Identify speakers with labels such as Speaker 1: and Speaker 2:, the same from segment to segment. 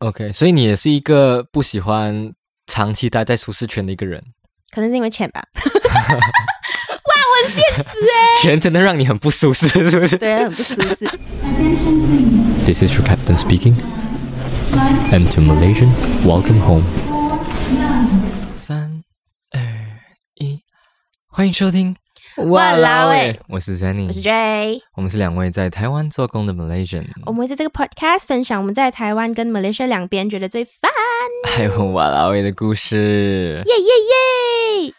Speaker 1: OK，所以你也是一个不喜欢长期待在舒适圈的一个人，
Speaker 2: 可能是因为钱吧。哇，我很现实哎、
Speaker 1: 钱真的让你很不舒适，是不是
Speaker 2: 对，啊很不舒适。
Speaker 3: This is your captain speaking. And to Malaysians, welcome home.
Speaker 1: 三二一，欢迎收听。
Speaker 2: 哇啦喂！
Speaker 1: 我是 Zenny，
Speaker 2: 我是 J，
Speaker 1: 我们是两位在台湾做工的 Malaysian，
Speaker 2: 我们会在这个 podcast 分享我们在台湾跟 Malaysia 两边觉得最 fun，
Speaker 1: 还有瓦拉维的故事。
Speaker 2: 耶耶耶！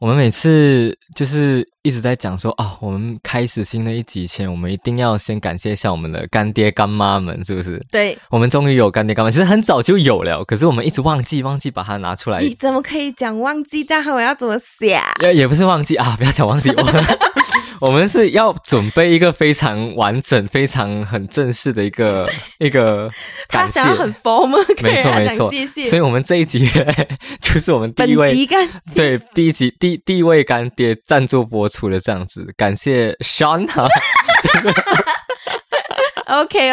Speaker 1: 我们每次就是一直在讲说，哦，我们开始新的一集前，我们一定要先感谢一下我们的干爹干妈们，是不是？
Speaker 2: 对，
Speaker 1: 我们终于有干爹干妈，其实很早就有了，可是我们一直忘记忘记把它拿出来，
Speaker 2: 你怎么可以讲忘记账号？我要怎么写？
Speaker 1: 也也不是忘记啊，不要讲忘 记，我们我们是要准备一个非常完整、非常很正式的一个一个
Speaker 2: 他
Speaker 1: 感谢
Speaker 2: 想，要很疯吗？ 啊
Speaker 1: 没 错
Speaker 2: 可以
Speaker 1: 没
Speaker 2: 让他
Speaker 1: 错
Speaker 2: 讲谢，谢。
Speaker 1: 所以我们这一集 就是我们第一
Speaker 2: 本集
Speaker 1: 位。
Speaker 2: 干
Speaker 1: 对，第一集第第一位干爹赞助播出的这样子，感谢 Sean 啊。
Speaker 2: OK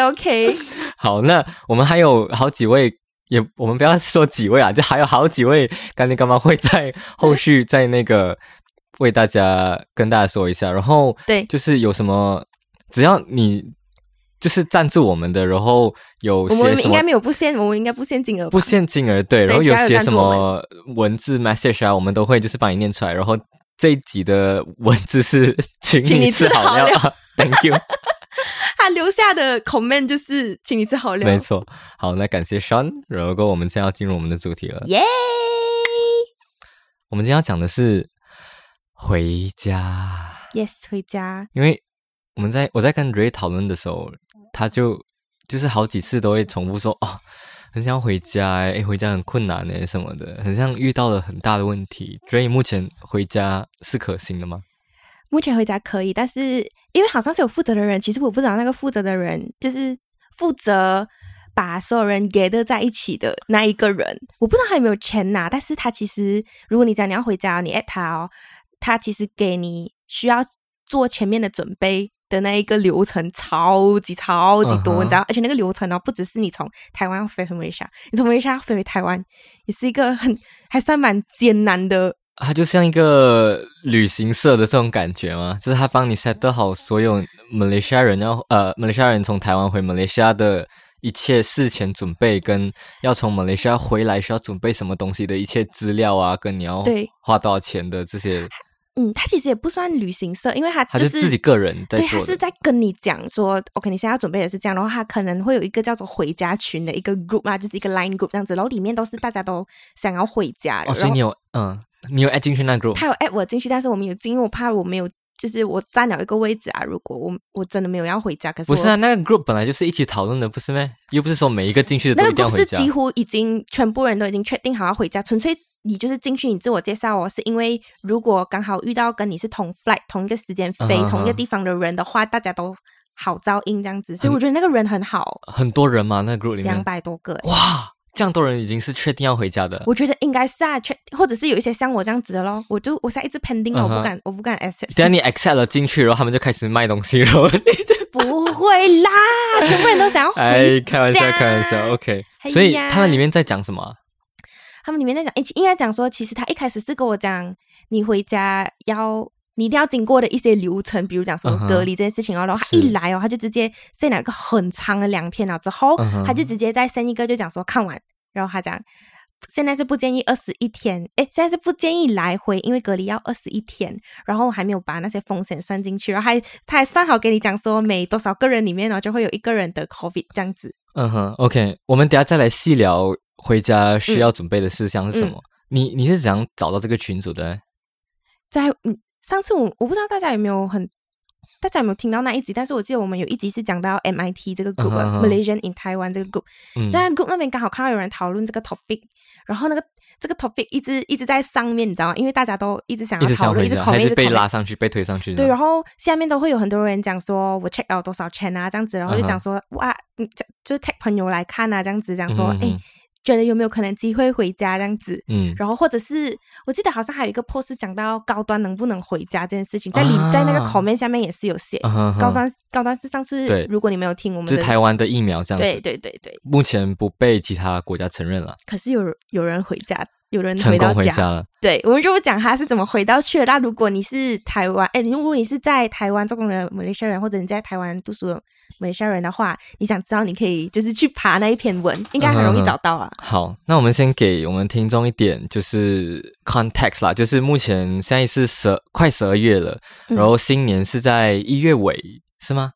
Speaker 2: OK，
Speaker 1: 好，那我们还有好几位，也我们不要说几位啊，就还有好几位干爹干妈会在后续在那个为大家跟大家说一下，然后
Speaker 2: 对
Speaker 1: 就是有什么，只要你就是赞助我们的，然后有
Speaker 2: 我
Speaker 1: 写
Speaker 2: 们
Speaker 1: 什
Speaker 2: 应
Speaker 1: 么
Speaker 2: 该没有不限，我们应该不限金额吧
Speaker 1: 不？限金额对，然后
Speaker 2: 对
Speaker 1: 有
Speaker 2: 只要有
Speaker 1: 写
Speaker 2: 赞
Speaker 1: 什
Speaker 2: 助
Speaker 1: 么文字 message 啊，我们都会就是帮你念出来，然后这一集的文字是请
Speaker 2: 请
Speaker 1: 你
Speaker 2: 你
Speaker 1: 吃
Speaker 2: 吃
Speaker 1: 好
Speaker 2: 好
Speaker 1: 料
Speaker 2: 料
Speaker 1: 啊，Thank you，
Speaker 2: 他留下的 comment 就是，请你吃好料。
Speaker 1: 没错，好，那感谢 Sean，然后我们现在要进入我们的主题了。
Speaker 2: 耶！
Speaker 1: 我们今天要讲的是回家，
Speaker 2: Yes，回家。
Speaker 1: 因为我们在我在跟 Ray 讨论的时候，他就就是好几次都会重复说哦，很想回家欸，诶，回家很困难欸诶，什么的，很像遇到了很大的问题。所以目前回家是可行的吗？
Speaker 2: 目前回家可以，但是因为好像是有负责的人，其实我不知道那个负责的人就是负责把所有人 gather 在一起的那一个人，我不知道他有没有钱拿，但是他其实如果你讲你要回家，你 at 他哦，他其实给你需要做前面的准备。的那一个流程超级超级多
Speaker 1: 嗯哼
Speaker 2: 你知道？而且那个流程哦，不只是你从台湾要飞回马来西亚，你从马来西亚飞回台湾，也是一个很还算蛮艰难的
Speaker 1: 它就像一个旅行社的这种感觉吗？就是他帮你 set 好所有马来西亚人要呃马来西亚人从台湾回马来西亚的一切事前准备，跟要从马来西亚回来需要准备什么东西的一切资料啊，跟你要
Speaker 2: 对
Speaker 1: 花多少钱的这些，
Speaker 2: 嗯，他其实也不算旅行社，因为他
Speaker 1: 他
Speaker 2: 就是
Speaker 1: 自己个人在
Speaker 2: 对，他
Speaker 1: 做
Speaker 2: 是
Speaker 1: 的。
Speaker 2: 在跟你讲说，OK，你现在要准备的是这样，然后他可能会有一个叫做回家群的一个 group 啊，就是一个 line group 这样子，然后里面都是大家都想要回家，
Speaker 1: 哦，所以你
Speaker 2: 然后
Speaker 1: 有嗯，你有 add 进去那 group，
Speaker 2: 他有 at 我进去，但是我没有进，因为我怕我没有，就是我占了一个位置啊。如果我我真的没有要回家，可是
Speaker 1: 不
Speaker 2: 我
Speaker 1: 是啊？那个 group 本来就是一起讨论的，不是吗？又不是说每一个进去的
Speaker 2: 那
Speaker 1: 都一
Speaker 2: 个
Speaker 1: 定要
Speaker 2: group
Speaker 1: 回
Speaker 2: 是
Speaker 1: 家。
Speaker 2: 几乎已经全部人都已经确定好要回家，纯粹你就是进去你自我介绍哦，是因为如果刚好遇到跟你是同 flight 同一个时间飞、
Speaker 1: 嗯哼
Speaker 2: 同一个地方的人的话，大家都好照应这样子，所以我觉得那个人很好，
Speaker 1: 很多人嘛，那个 group 里
Speaker 2: 两
Speaker 1: 面，
Speaker 2: 百多个欸。
Speaker 1: 哇，这样多人已经是确定要回家的。
Speaker 2: 我觉得应该是啊，确或者是有一些像我这样子的咯，我就我现在一直 pending，了我啊
Speaker 1: 嗯哼
Speaker 2: 不敢，我不敢
Speaker 1: 等下
Speaker 2: accept，
Speaker 1: 你 accept 了进去，然后他们就开始卖东西，然 后
Speaker 2: 不会啦，全部人都想要
Speaker 1: 哎
Speaker 2: 回，
Speaker 1: 开玩笑，开玩笑，OK。
Speaker 2: 哎呀
Speaker 1: 所以他们里面在讲什么啊？
Speaker 2: 他们里面在讲，诶应该讲说，其实他一开始是跟我讲，你回家要你一定要经过的一些流程，比如讲什
Speaker 1: 嗯
Speaker 2: 么
Speaker 1: 哼
Speaker 2: 隔离这件事情哦。然后他
Speaker 1: 是
Speaker 2: 一来哦，他就直接 send 了一个很长的两篇了，之后、
Speaker 1: 嗯哼
Speaker 2: 他就直接再 send 一个，就讲说看完，然后他讲。现在是不建议二十一天，诶，现在是不建议来回，因为隔离要二十一天。然后我还没有把那些风险算进去，然后还他还算好给你讲说每多少个人里面哦呢就会有一个人得 COVID 这样子。
Speaker 1: 嗯哼，OK，我们等下再来细聊回家需要准备的事项是什么。
Speaker 2: 嗯
Speaker 1: 你你是怎样找到这个群组的？
Speaker 2: 在嗯，上次我我不知道大家有没有很，大家有没有听到那一集？但是我记得我们有一集是讲到 MIT 这个 group 啊、
Speaker 1: 嗯哼哼
Speaker 2: Malaysian in Taiwan 这个 group，、
Speaker 1: 嗯，
Speaker 2: 在那个 group 那边刚好看到有人讨论这个 topic，然后那个这个 topic 一直一直在上面，你知道吗？因为大家都一直想
Speaker 1: 一
Speaker 2: 要
Speaker 1: 直
Speaker 2: 讨
Speaker 1: 想
Speaker 2: 论，
Speaker 1: 回
Speaker 2: 一直
Speaker 1: 家，
Speaker 2: 讨
Speaker 1: 还
Speaker 2: 论，
Speaker 1: 是
Speaker 2: 一直
Speaker 1: 被
Speaker 2: comment
Speaker 1: 拉上去，被推上去？
Speaker 2: 对，然。后下面都会有很多人讲说我 check
Speaker 1: 嗯
Speaker 2: 嗯 out 多少钱啊，这样子，然后就讲说、哇，你这就 tag 朋友来看啊，这样子讲说，哎、
Speaker 1: 嗯哼哼
Speaker 2: 觉得有没有可能机会回家这样子。
Speaker 1: 嗯，
Speaker 2: 然后或者是我记得好像还有一个 post 讲到高端能不能回家这件事情，在里、
Speaker 1: 啊
Speaker 2: 在那个 comment 下面也是有写、
Speaker 1: 啊哈哈
Speaker 2: 高端高端是上次
Speaker 1: 对
Speaker 2: 如果你没有听我们
Speaker 1: 就是
Speaker 2: 的。
Speaker 1: 台湾的疫苗这样
Speaker 2: 对
Speaker 1: 子，
Speaker 2: 对对对，
Speaker 1: 目前不被其他国家承认了，
Speaker 2: 可是有有人回家，有人
Speaker 1: 成
Speaker 2: 嗯回到
Speaker 1: 功回家了。
Speaker 2: 对，我们就不讲他是怎么回到去的。那如果你是台湾，哎，如果你是在台湾做工的马来西亚人，或者你在台湾读书的马来西亚人的话，你想知道，你可以就是去爬那一篇文，应该很
Speaker 1: 嗯
Speaker 2: 容易找到啊。
Speaker 1: 好，那我们先给我们听众一点就是 context 啦，就是目前现在是十快十二月了，
Speaker 2: 嗯
Speaker 1: 然后新年是在一月尾是吗？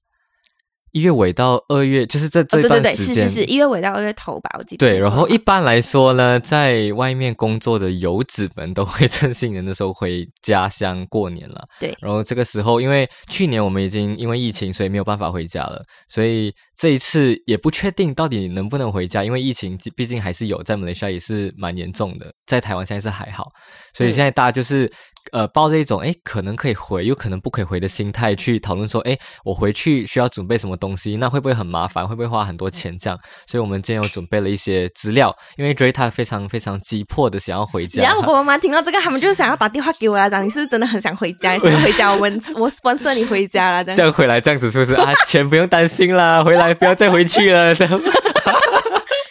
Speaker 1: 一月尾到二月，就是这
Speaker 2: 哦，
Speaker 1: 这
Speaker 2: 对对
Speaker 1: 段
Speaker 2: 对，
Speaker 1: 时
Speaker 2: 是
Speaker 1: 间、
Speaker 2: 是是，一月尾到二月头吧，我记得没
Speaker 1: 对，
Speaker 2: 错
Speaker 1: 然
Speaker 2: 的话。
Speaker 1: 后一般来说呢，在外面工作的游子们都会趁新年的时候回家乡过年了。
Speaker 2: 对
Speaker 1: 然后这个时候，因为去年我们已经因为疫情，所以没有办法回家了，所以这一次也不确定到底能不能回家，因为疫情毕毕竟还是有，在马来西亚也是蛮严重的，在台湾现在是还好，所以
Speaker 2: 嗯
Speaker 1: 现在大家就是。呃，抱着一种哎，诶可能可以回，有可能不可以回的心态去讨论说，哎，我回去需要准备什么东西，那会不会很麻烦，会不会花很
Speaker 2: 嗯
Speaker 1: 多钱这样？所以我们今天有准备了一些资料，因为 Dray 他非常非常急迫的想要回家，
Speaker 2: 然后我爸爸妈妈听到这个，他们就想要打电话给我来讲，你是不是真的很想回 家，你想要回家，我们我 sponsor 你回家了这
Speaker 1: 这
Speaker 2: 样。
Speaker 1: 样回来这样子是不是啊？钱不用担心啦，回来不要再回去了。这样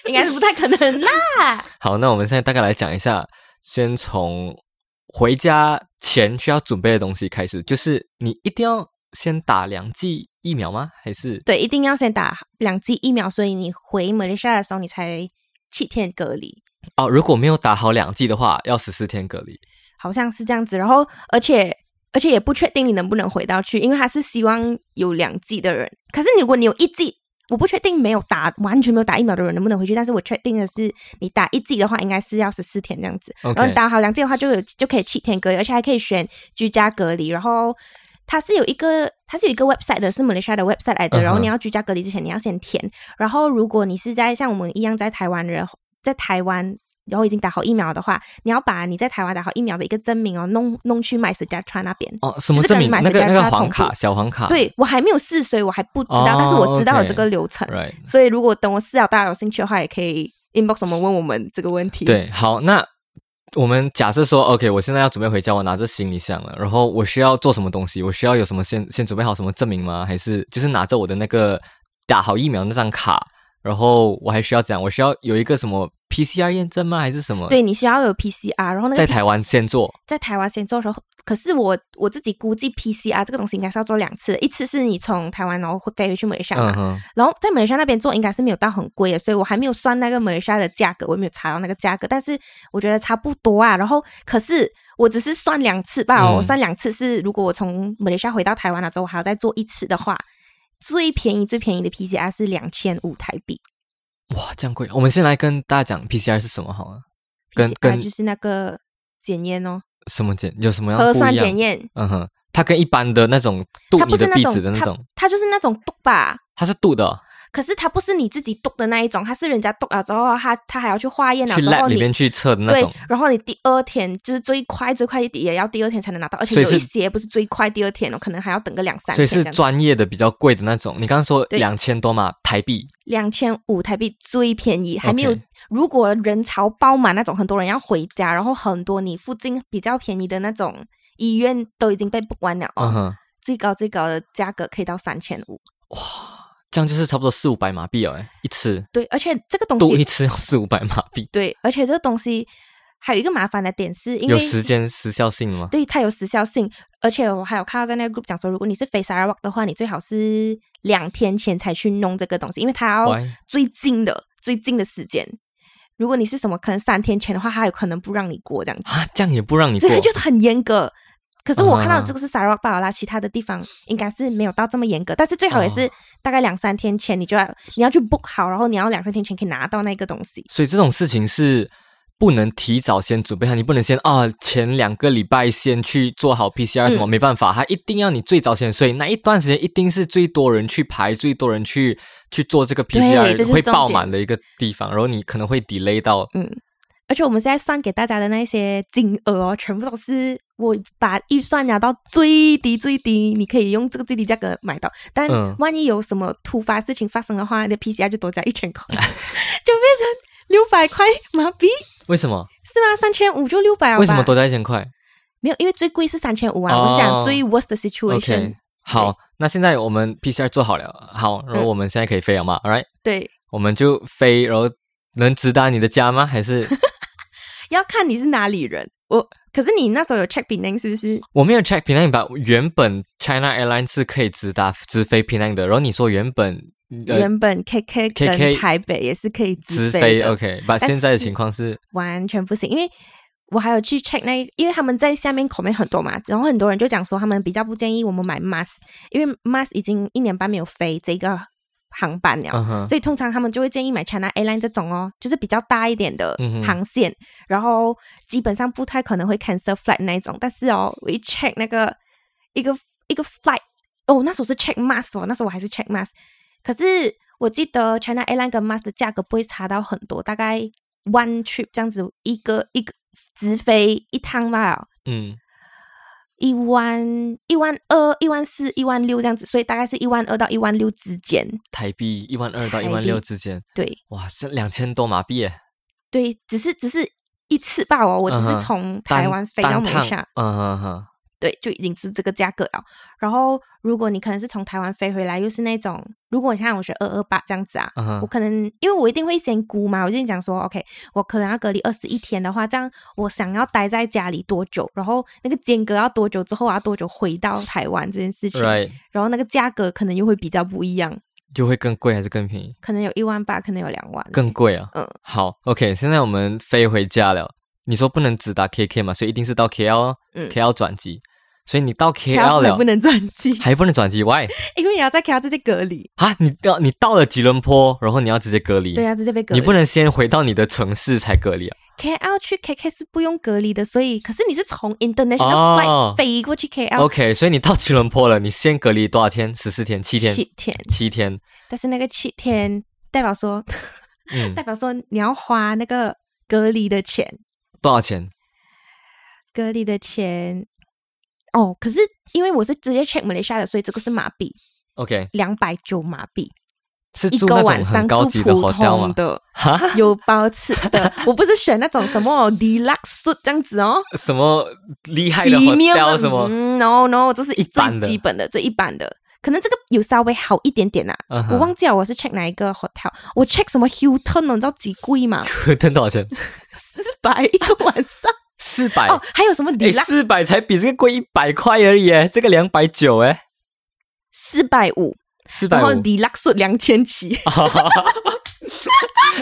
Speaker 2: 应该是不太可能啦。
Speaker 1: 好，那我们现在大概来讲一下，先从回家前需要准备的东西开始，就是你一定要先打两剂疫苗吗？还是
Speaker 2: 对，一定要先打两剂疫苗，所以你回马来西亚的时候，你才七天隔离。
Speaker 1: 哦，如果没有打好两剂的话，要十四天隔离。
Speaker 2: 好像是这样子。然后，而且而且也不确定你能不能回到去，因为他是希望有两剂的人。可是如果你有一剂，我不确定没有打完全没有打疫苗的人能不能回去，但是我确定的是，你打一剂的话，应该是要十四天这样子。然后
Speaker 1: OK，
Speaker 2: 你打好两剂的话，就有就可以七天隔离，而且还可以选居家隔离。然后它是有一个，它是有一个 website 的，是马来西亚的 website 来的。
Speaker 1: 嗯哼
Speaker 2: 然后你要居家隔离之前，你要先填。然后如果你是在像我们一样在台湾人，在台湾。然后已经打好疫苗的话，你要把你在台湾打好疫苗的一个证明哦，弄弄去买 s 家川那边。
Speaker 1: 哦，什么
Speaker 2: 就是
Speaker 1: 证
Speaker 2: 跟
Speaker 1: 明？
Speaker 2: 买
Speaker 1: 那个
Speaker 2: 家
Speaker 1: 那个
Speaker 2: 家
Speaker 1: 黄
Speaker 2: 同
Speaker 1: 卡，
Speaker 2: 步
Speaker 1: 小黄卡。
Speaker 2: 对我还没有试，所以我还不知道，
Speaker 1: 哦
Speaker 2: 但是我知道有
Speaker 1: OK
Speaker 2: 这个流程。
Speaker 1: ，right。
Speaker 2: 所以如果等我试了，大家有兴趣的话，也可以 inbox 我们问我们这个问题。，
Speaker 1: 对，好，那我们假设说，OK，我现在要准备回家，我拿着行李箱了，然后我需要做什么东西？我需要有什么先先准备好什么证明吗？还是就是拿着我的那个打好疫苗那张卡，然后我还需要讲，我需要有一个什么 PCR 验证吗？还是什么？，
Speaker 2: 对你需要有 PCR，然后那个
Speaker 1: 在台湾先做
Speaker 2: 在台湾先做的时候，可是我我自己估计 PCR 这个东西应该是要做两次，一次是你从台湾然后会飞回去马来西亚嘛，
Speaker 1: 嗯哼，
Speaker 2: 然后在马来西亚那边做应该是没有到很贵的，所以我还没有算那个马来西亚的价格，我也没有查到那个价格，但是我觉得差不多啊。然后可是我只是算两次吧，
Speaker 1: 嗯
Speaker 2: 我算两次是如果我从马来西亚回到台湾啊了之后，我还要再做一次的话，最便宜最便宜的 PCR 是两千五台币，
Speaker 1: 哇，这样贵！我们先来跟大家讲 PCR 是什么好了，跟
Speaker 2: PCR
Speaker 1: 跟
Speaker 2: 就是那个检验哦，
Speaker 1: 什么检有什么样
Speaker 2: 核
Speaker 1: 不
Speaker 2: 酸
Speaker 1: 一样
Speaker 2: 检？验，
Speaker 1: 嗯哼，它跟一般的那种镀
Speaker 2: 它
Speaker 1: 你
Speaker 2: 不是
Speaker 1: 的
Speaker 2: 那
Speaker 1: 壁
Speaker 2: 种
Speaker 1: 纸的那
Speaker 2: 它
Speaker 1: 种，
Speaker 2: 它就是那种毒吧。
Speaker 1: 它是镀的哦，
Speaker 2: 可是它不是你自己读的那一种，它是人家读了之后，他他还要去化验了
Speaker 1: 去
Speaker 2: 之
Speaker 1: lab
Speaker 2: 后
Speaker 1: 里面
Speaker 2: 你。
Speaker 1: 去测的那
Speaker 2: 对
Speaker 1: 种。，
Speaker 2: 然后你第二天就是最快最快也要第二天才能拿到，而且
Speaker 1: 所以
Speaker 2: 有一
Speaker 1: 是
Speaker 2: 些不是最快第二天哦，可能还要等个两三
Speaker 1: 所
Speaker 2: 天
Speaker 1: 以
Speaker 2: 这
Speaker 1: 是
Speaker 2: 样子。
Speaker 1: 专业的比较贵的那种。你刚刚说
Speaker 2: 对
Speaker 1: 两千多嘛，台币
Speaker 2: 两千五台币最便宜，还没有
Speaker 1: OK
Speaker 2: 如果人潮爆满那种，很多人要回家，然后很多你附近比较便宜的那种医院都已经被 book 完了哦，
Speaker 1: 嗯哼，
Speaker 2: 最高最高的价格可以到三千五。
Speaker 1: 这样就是差不多四五百马币哦，哎一次
Speaker 2: 对，而且这个东
Speaker 1: 度
Speaker 2: 西
Speaker 1: 一次要四五百马币，
Speaker 2: 对，而且这个东西还有一个麻烦的点是，因为
Speaker 1: 有时间时效性的吗？
Speaker 2: 对它有时效性，而且我还有看到在那个 group 讲说，如果你是飞 Sarawak 的话，你最好是两天前才去弄这个东西，因为它要
Speaker 1: Why？
Speaker 2: 最近的最近的时间。如果你是什么可能三天前的话，它有可能不让你过这样子，
Speaker 1: 啊，这样也不让你
Speaker 2: 所
Speaker 1: 过
Speaker 2: 以它就是很严格。可是我看
Speaker 1: 啊
Speaker 2: 到这个是 Sarawak 罢了啦，其他的地方应该是没有到这么严格，但是最好
Speaker 1: 啊
Speaker 2: 也是大概两三天前你就要你要去 book 好，然后你要两三天前可以拿到那个东西。
Speaker 1: 所以这种事情是不能提早先准备好，你不能先啊前两个礼拜先去做好 PCR 什么，
Speaker 2: 嗯
Speaker 1: 没办法，他一定要你最早先，所以那一段时间一定是最多人去排，最多人去去做这个
Speaker 2: 对
Speaker 1: PCR
Speaker 2: 这就是
Speaker 1: 会
Speaker 2: 重
Speaker 1: 爆
Speaker 2: 点
Speaker 1: 满的一个地方，然后你可能会 delay 到
Speaker 2: 而且我们现在算给大家的那些金额哦，全部都是我把预算压到最低最低，你可以用这个最低价格买到。但
Speaker 1: 嗯
Speaker 2: 万一有什么突发事情发生的话，你的 PCR 就多加一千块，就变成六百块马币，
Speaker 1: 为什么？
Speaker 2: 是吗？三千五就六百啊？
Speaker 1: 为什么多加一千块
Speaker 2: 没有？因为最贵是三千五啊！
Speaker 1: 哦
Speaker 2: 我讲最 worst 的 situation，、
Speaker 1: ？OK，好，那现在我们 PCR 做好了，好，然后
Speaker 2: 嗯
Speaker 1: 我们现在可以飞了嘛？All right，
Speaker 2: 对，
Speaker 1: 我们就飞，然后能直达你的家吗？还是
Speaker 2: 要看你是哪里人。我可是你那时候有 check Penang 是不是？
Speaker 1: 我没有 check Penang 吧？原本 China Airlines 是可以直达直飞 Penang 的，然后你说原本呃
Speaker 2: 原本 KK 跟
Speaker 1: KK
Speaker 2: 台北也是可以
Speaker 1: 直
Speaker 2: 直飞
Speaker 1: 飞
Speaker 2: 的
Speaker 1: OK，把
Speaker 2: 但
Speaker 1: 现在的
Speaker 2: 是
Speaker 1: 情况是
Speaker 2: 完全不行，因为我还有去 check 那一，因为他们在下面 comment 很多嘛，然后很多人就讲说他们比较不建议我们买 mask，因为 mask 已经一年半没有飞这个航班了。
Speaker 1: 嗯哼
Speaker 2: 所以通常他们就会建议买 China Airline 这种哦，就是比较大一点的
Speaker 1: 嗯哼
Speaker 2: 航线，然后基本上不太可能会 cancel flight 那一种。但是哦，我一 check 那个一个一个 flight，哦，那时候是 check mask 哦，那时候我还是 check mask，可是我记得 China Airline 跟 mask 的价格不会差到很多，大概 one trip 这样子一个一个直飞一趟吧。
Speaker 1: 嗯
Speaker 2: 一万一万二、一万四、一万六这样子，所以大概是一万二到一万六之间。
Speaker 1: 台币一万二到一
Speaker 2: 台
Speaker 1: 万
Speaker 2: 币
Speaker 1: 六之间，
Speaker 2: 对，
Speaker 1: 哇，这两千多马币耶！
Speaker 2: 对，只是只是一次罢哦，我只
Speaker 1: 嗯
Speaker 2: 是
Speaker 1: 哼
Speaker 2: 从
Speaker 1: 单
Speaker 2: 台湾飞到
Speaker 1: 单
Speaker 2: 马来
Speaker 1: 趟
Speaker 2: 西亚，
Speaker 1: 嗯哼哼，
Speaker 2: 对，就已经是这个价格了。然后如果你可能是从台湾飞回来，又是那种，如果你像我学二二八这样子啊。
Speaker 1: 嗯
Speaker 2: 我
Speaker 1: 哼，
Speaker 2: 可能因为我一定会先估嘛，我就跟你讲说，OK，我可能要隔离二十一天的话，这样我想要待在家里多久，然后那个间隔要多久之后，我要多久回到台湾这件事情
Speaker 1: right
Speaker 2: 然后那个价格可能又会比较不一样，
Speaker 1: 就会更贵还是更便宜？
Speaker 2: 可能有一万八，可能有两万，
Speaker 1: 更贵啊。
Speaker 2: 嗯，
Speaker 1: 好，OK，现在我们飞回家了。你说不能直达 KK 嘛，所以一定是到 KL 哦、
Speaker 2: 嗯
Speaker 1: k l 转机。所以你到 KL
Speaker 2: 票
Speaker 1: 了
Speaker 2: 能不，能 转机？
Speaker 1: 还不能转机？Why？
Speaker 2: 因为你要在 KL 直接隔离，
Speaker 1: 啊，你到你到了吉隆坡，然后你要直接隔离，
Speaker 2: 对啊，直接被隔离。
Speaker 1: 你不能先回到你的城市才隔离啊。
Speaker 2: KL 去 KK 是不用隔离的，所以可是你是从 international
Speaker 1: 哦
Speaker 2: flight 飞过去 KL、
Speaker 1: OK，所以你到吉隆坡了，你先隔离多少天？十四天、七天、
Speaker 2: 七天，
Speaker 1: 七天。
Speaker 2: 但是那个七天代表说、
Speaker 1: 嗯
Speaker 2: 代，表说你要花那个隔离的钱，
Speaker 1: 多少钱？
Speaker 2: 隔离的钱哦。可是因为我是直接 check Malaysia 的，所以这个是马币，
Speaker 1: OK，
Speaker 2: 两百九马币，
Speaker 1: 是
Speaker 2: 一
Speaker 1: 住
Speaker 2: 个
Speaker 1: 那
Speaker 2: 晚
Speaker 1: 种很
Speaker 2: 上
Speaker 1: 高
Speaker 2: 住
Speaker 1: 级的
Speaker 2: 普
Speaker 1: hotel
Speaker 2: 通
Speaker 1: 吗？
Speaker 2: 的，
Speaker 1: 哈，
Speaker 2: 有包吃的，我不是选那种什么 deluxe suite 这样子哦。
Speaker 1: 什么厉害的
Speaker 2: premium 的
Speaker 1: hotel 什么？
Speaker 2: 嗯，no no，这是
Speaker 1: 一般
Speaker 2: 最
Speaker 1: 的
Speaker 2: 基本的、最一般的。可能这个有稍微好一点点啦、
Speaker 1: 嗯哼
Speaker 2: 我忘记了我是 check 哪一个 hotel，我 check 什么 Hilton，哦你知道几贵 吗？
Speaker 1: 等多少钱？
Speaker 2: 四百一个晚上
Speaker 1: 四百、
Speaker 2: 哦，还有什么
Speaker 1: 哎，
Speaker 2: deluxe
Speaker 1: 四百才比这个贵一百块而已耶，这个两百九哎，
Speaker 2: 四百五，
Speaker 1: 四百
Speaker 2: 然
Speaker 1: 五
Speaker 2: 后 deluxe 两 千七，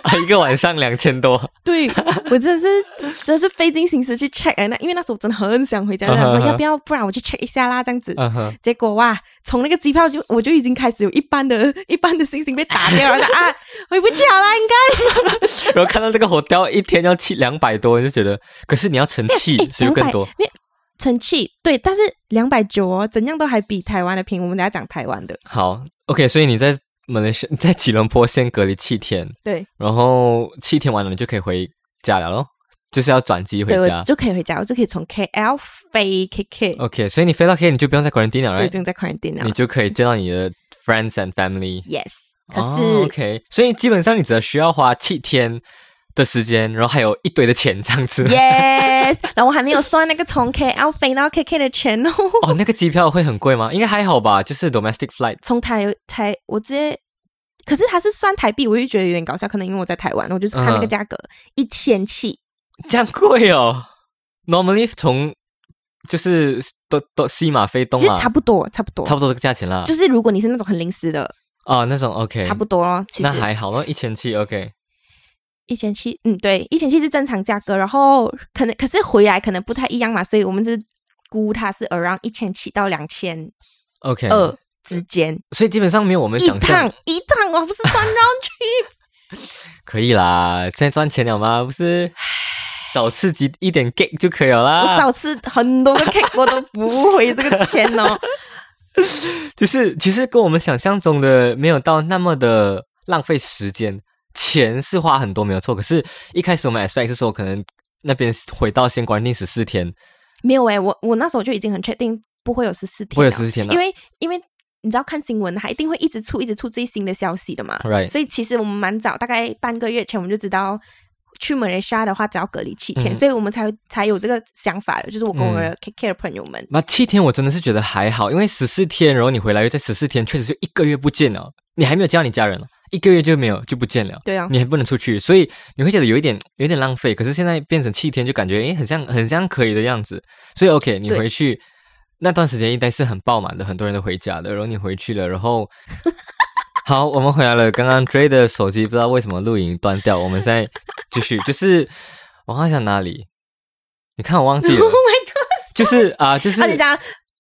Speaker 1: 啊，一个晚上两千多。
Speaker 2: 对我真的是真的是费尽心思去 check 哎，那因为那时候我真的很想回家，
Speaker 1: 嗯哼
Speaker 2: 想说
Speaker 1: 哼
Speaker 2: 要不要，不然我去 check 一下啦，这样子。
Speaker 1: 嗯哼，
Speaker 2: 结果哇，从那个机票就我就已经开始有一半的一半的星星被打掉了， 我想啊，回不去好啦，应该。
Speaker 1: 然后看到这个 hotel 一天要七两百多，就觉得，可是你要乘气，
Speaker 2: 哎
Speaker 1: 所以就更多
Speaker 2: 200。因为成器对，但是两百九哦，怎样都还比台湾的平。我们等下讲台湾的，
Speaker 1: 好，OK，所以你在马来西亚，你 在吉隆坡先隔离七天，
Speaker 2: 对，
Speaker 1: 然后七天完了你就可以回家了咯，就是要转机回
Speaker 2: 对我
Speaker 1: 家。
Speaker 2: 就可以回家，我就可以从 KL 飞 KK，、
Speaker 1: OK，所以你飞到 K 你就不用再 quarantine 了
Speaker 2: 对，
Speaker 1: ，right？
Speaker 2: 不用再 quarantine
Speaker 1: 你
Speaker 2: 了。
Speaker 1: 就可以见到你的 friends and family。
Speaker 2: Yes，可
Speaker 1: 哦、
Speaker 2: 是、
Speaker 1: OK，所以基本上你只需要花七天的时间，然后还有一堆的钱这样子。
Speaker 2: Yes，然后我还没有算那个从 KL 飞到 KK 的钱哦，
Speaker 1: 哦，那个机票会很贵吗？应该还好吧，就是 domestic flight。
Speaker 2: 从台台我直接。可是它是算台币，我就觉得有点搞笑。可能因为我在台湾，我就是看那个
Speaker 1: 嗯
Speaker 2: 价格一千七，
Speaker 1: 这样贵哦。Normally 从就是都都西马飞东
Speaker 2: 其实
Speaker 1: 马，
Speaker 2: 差不多，差不多，
Speaker 1: 差不多这个价钱啦。
Speaker 2: 就是如果你是那种很临时的，
Speaker 1: 哦，那种 OK，
Speaker 2: 差不多咯。其实
Speaker 1: 那还好咯，一千七 OK。
Speaker 2: 一千七，嗯，对，一千七是正常价格，然后可能可是回来可能不太一样嘛，所以我们是估它是 around 一千七到两千
Speaker 1: OK，
Speaker 2: 二之间，
Speaker 1: 所以基本上没有我们
Speaker 2: 一
Speaker 1: 啊想象
Speaker 2: 趟一趟，我不是算 round trip，
Speaker 1: 可以啦，现在赚钱了吗？不是，少刺激一点 gay 就可以了
Speaker 2: 我
Speaker 1: 啦。
Speaker 2: 少吃很多个 cake，我都不回这个钱 哦。
Speaker 1: 就是其实跟我们想象中的没有到那么的浪费时间，钱是花很多没有错，可是一开始我们 expect 是说可能那边回到先关定十四天，
Speaker 2: 没有诶、欸我我那时候就已经很确定不会有十四天了，
Speaker 1: 会有十四天的
Speaker 2: 因为因为你知道看新闻，它一定会一直出一直出最新的消息的嘛
Speaker 1: Right
Speaker 2: 所以其实我们蛮早，大概半个月前我们就知道去马来西亚的话，只要隔离七天，
Speaker 1: 嗯
Speaker 2: 所以我们才才有这个想法，就是我跟我的 K K 的朋友们，
Speaker 1: 那七天我真的是觉得还好，因为十四天，然后你回来又在十四天，确实是一个月不见了，你还没有见到你家人了，一个月就没有就不见了，
Speaker 2: 对啊，
Speaker 1: 你还不能出去，所以你会觉得有一点有一点浪费。可是现在变成七天，就感觉诶，很像很像可以的样子。所以 OK，你
Speaker 2: 对
Speaker 1: 回去那段时间应该是很爆满的，很多人都回家的。然后你回去了，然后 好，我们回来了。刚刚 Dray 的手机不知道为什么录影断掉，我们现在继续。就是我刚才讲哪里？你看我忘记了
Speaker 2: Oh my god！
Speaker 1: 就是啊、就是
Speaker 2: 而且这样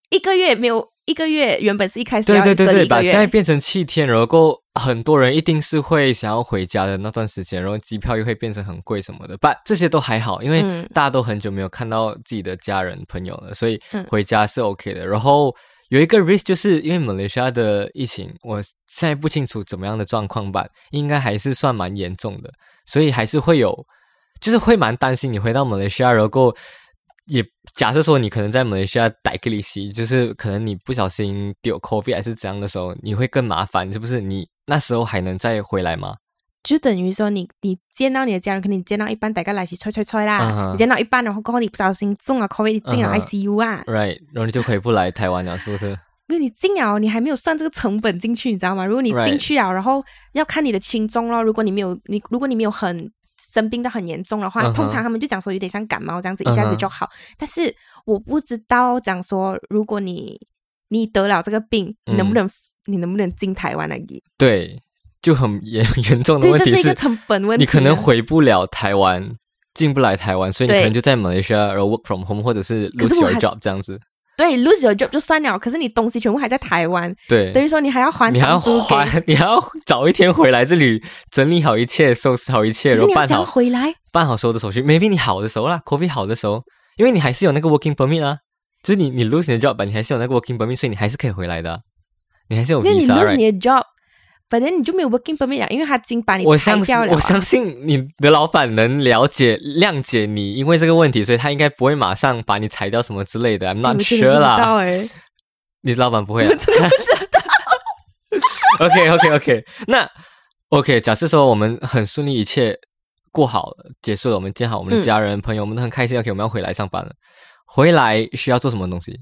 Speaker 2: 一个月没有一个月，原本是一开始
Speaker 1: 对
Speaker 2: 要
Speaker 1: 对对
Speaker 2: 隔离
Speaker 1: 对，
Speaker 2: 一个
Speaker 1: 把
Speaker 2: 月，
Speaker 1: 现在变成七天，然后过很多人一定是会想要回家的那段时间，然后机票又会变成很贵什么的。但这些都还好，因为
Speaker 2: 嗯
Speaker 1: 大家都很久没有看到自己的家人朋友了，所以
Speaker 2: 嗯
Speaker 1: 回家是 OK 的。然后有一个 risk 就是因为马来西亚的疫情，我现在不清楚怎么样的状况吧，应该还是算蛮严重的，所以还是会有，就是会蛮担心你回到马来西亚，然后也假设说你可能在马来西亚逮个利息，就是可能你不小心丢 COVID 还是怎样的时候，你会更麻烦，是不是？你那时候还能再回来吗？
Speaker 2: 就等于说你你见到你的家人，可能你见到一半，大家来起吹吹吹啦
Speaker 1: 嗯哼
Speaker 2: 你见到一半，然后过后你不小心中了 COVID，你进了
Speaker 1: 嗯哼
Speaker 2: ICU 啊，
Speaker 1: Right，然后你就回不来台湾了，是不是？
Speaker 2: 因为你进了，你还没有算这个成本进去，你知道吗？如果你
Speaker 1: Right
Speaker 2: 进去啊了，然后要看你的轻重咯。如果你没有你，如果你没有很生病到很严重的话
Speaker 1: 嗯哼
Speaker 2: 通常他们就讲说有点像感冒这样
Speaker 1: 嗯
Speaker 2: 子，一
Speaker 1: 哼
Speaker 2: 下子就好。但是我不知道讲说，如果你你得了这个病，
Speaker 1: 嗯
Speaker 2: 你能不能、你能不能进台湾来？
Speaker 1: 对，就很严严重的
Speaker 2: 对，
Speaker 1: 问
Speaker 2: 这
Speaker 1: 题
Speaker 2: 是一个
Speaker 1: 是，
Speaker 2: 成本问题。啊
Speaker 1: 你可能。回不了台湾，进不来台湾，所以你
Speaker 2: 对
Speaker 1: 可能就在马来西亚，然后 work from home 或者是
Speaker 2: 可
Speaker 1: lose
Speaker 2: 是我
Speaker 1: your
Speaker 2: 还
Speaker 1: job 这样子。
Speaker 2: 对，lose your job 就算了，可是你东西全部还在台湾，
Speaker 1: 对，
Speaker 2: 等于说你还要还
Speaker 1: 你还要
Speaker 2: 房租给，
Speaker 1: 还，你还要早一天回来这里，整理好一切，收拾好一切，
Speaker 2: 可
Speaker 1: 然
Speaker 2: 是
Speaker 1: 后
Speaker 2: 你要
Speaker 1: 办
Speaker 2: 这样
Speaker 1: 好
Speaker 2: 回来，
Speaker 1: 办好所有的手续。maybe 你好的时候啦，COVID 好的时候，因为你还是有那个 working permit 啊，就是你你 lose 你的 job，吧你还是有那个 working permit，所以你还是可以回来的啊、你还是有
Speaker 2: 因为你
Speaker 1: visa
Speaker 2: lose
Speaker 1: right？
Speaker 2: 你的 job，反正你就没有 working permit 啊了，因为他已经把你
Speaker 1: 我
Speaker 2: 裁
Speaker 1: 相信
Speaker 2: 掉了啊。
Speaker 1: 我相 信你的老板能了解谅解你，因为这个问题，所以他应该不会马上把你裁掉什么之类的。I'm
Speaker 2: 我
Speaker 1: not
Speaker 2: 真
Speaker 1: sure
Speaker 2: 的不知道
Speaker 1: 啦，
Speaker 2: 哎、
Speaker 1: 你老板不 会、啊，真的不知 道。OK OK OK，那 OK，假设说我们很顺利，一切过好了，结束了，我们见好我们的
Speaker 2: 嗯
Speaker 1: 家人、朋友，我们都很开心。OK，我们要回来上班了，回来需要做什么东西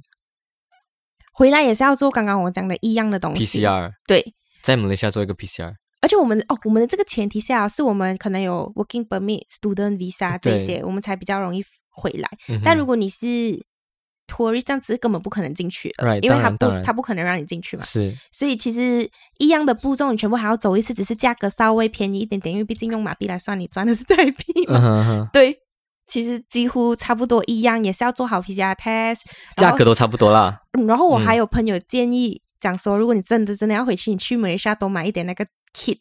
Speaker 2: 回来也是要做刚刚我讲的一样的东西。
Speaker 1: ？PCR，
Speaker 2: 对，
Speaker 1: 在马来西亚做一个 PCR，
Speaker 2: 而且我们哦，我们的这个前提下、是我们可能有 working permit、student visa
Speaker 1: 对
Speaker 2: 这些，我们才比较容易回来。
Speaker 1: 嗯哼
Speaker 2: 但如果你是 tourist 这样子，根本不可能进去的
Speaker 1: Right，
Speaker 2: 因为他
Speaker 1: 当然当然
Speaker 2: 不他不可能让你进去嘛。
Speaker 1: 是
Speaker 2: 所以其实一样的步骤，你全部还要走一次，只是价格稍微便宜一点点，因为毕竟用马币来算，你赚的是台币嘛。
Speaker 1: 嗯哼哼，
Speaker 2: 对，其实几乎差不多一样，也是要做好 PCR test，然
Speaker 1: 价
Speaker 2: 后
Speaker 1: 格都差不多啦。
Speaker 2: 嗯然后我
Speaker 1: 嗯
Speaker 2: 还有朋友建议讲说，如果你真的真的要回去，你去马来西亚多买一点那个 kit，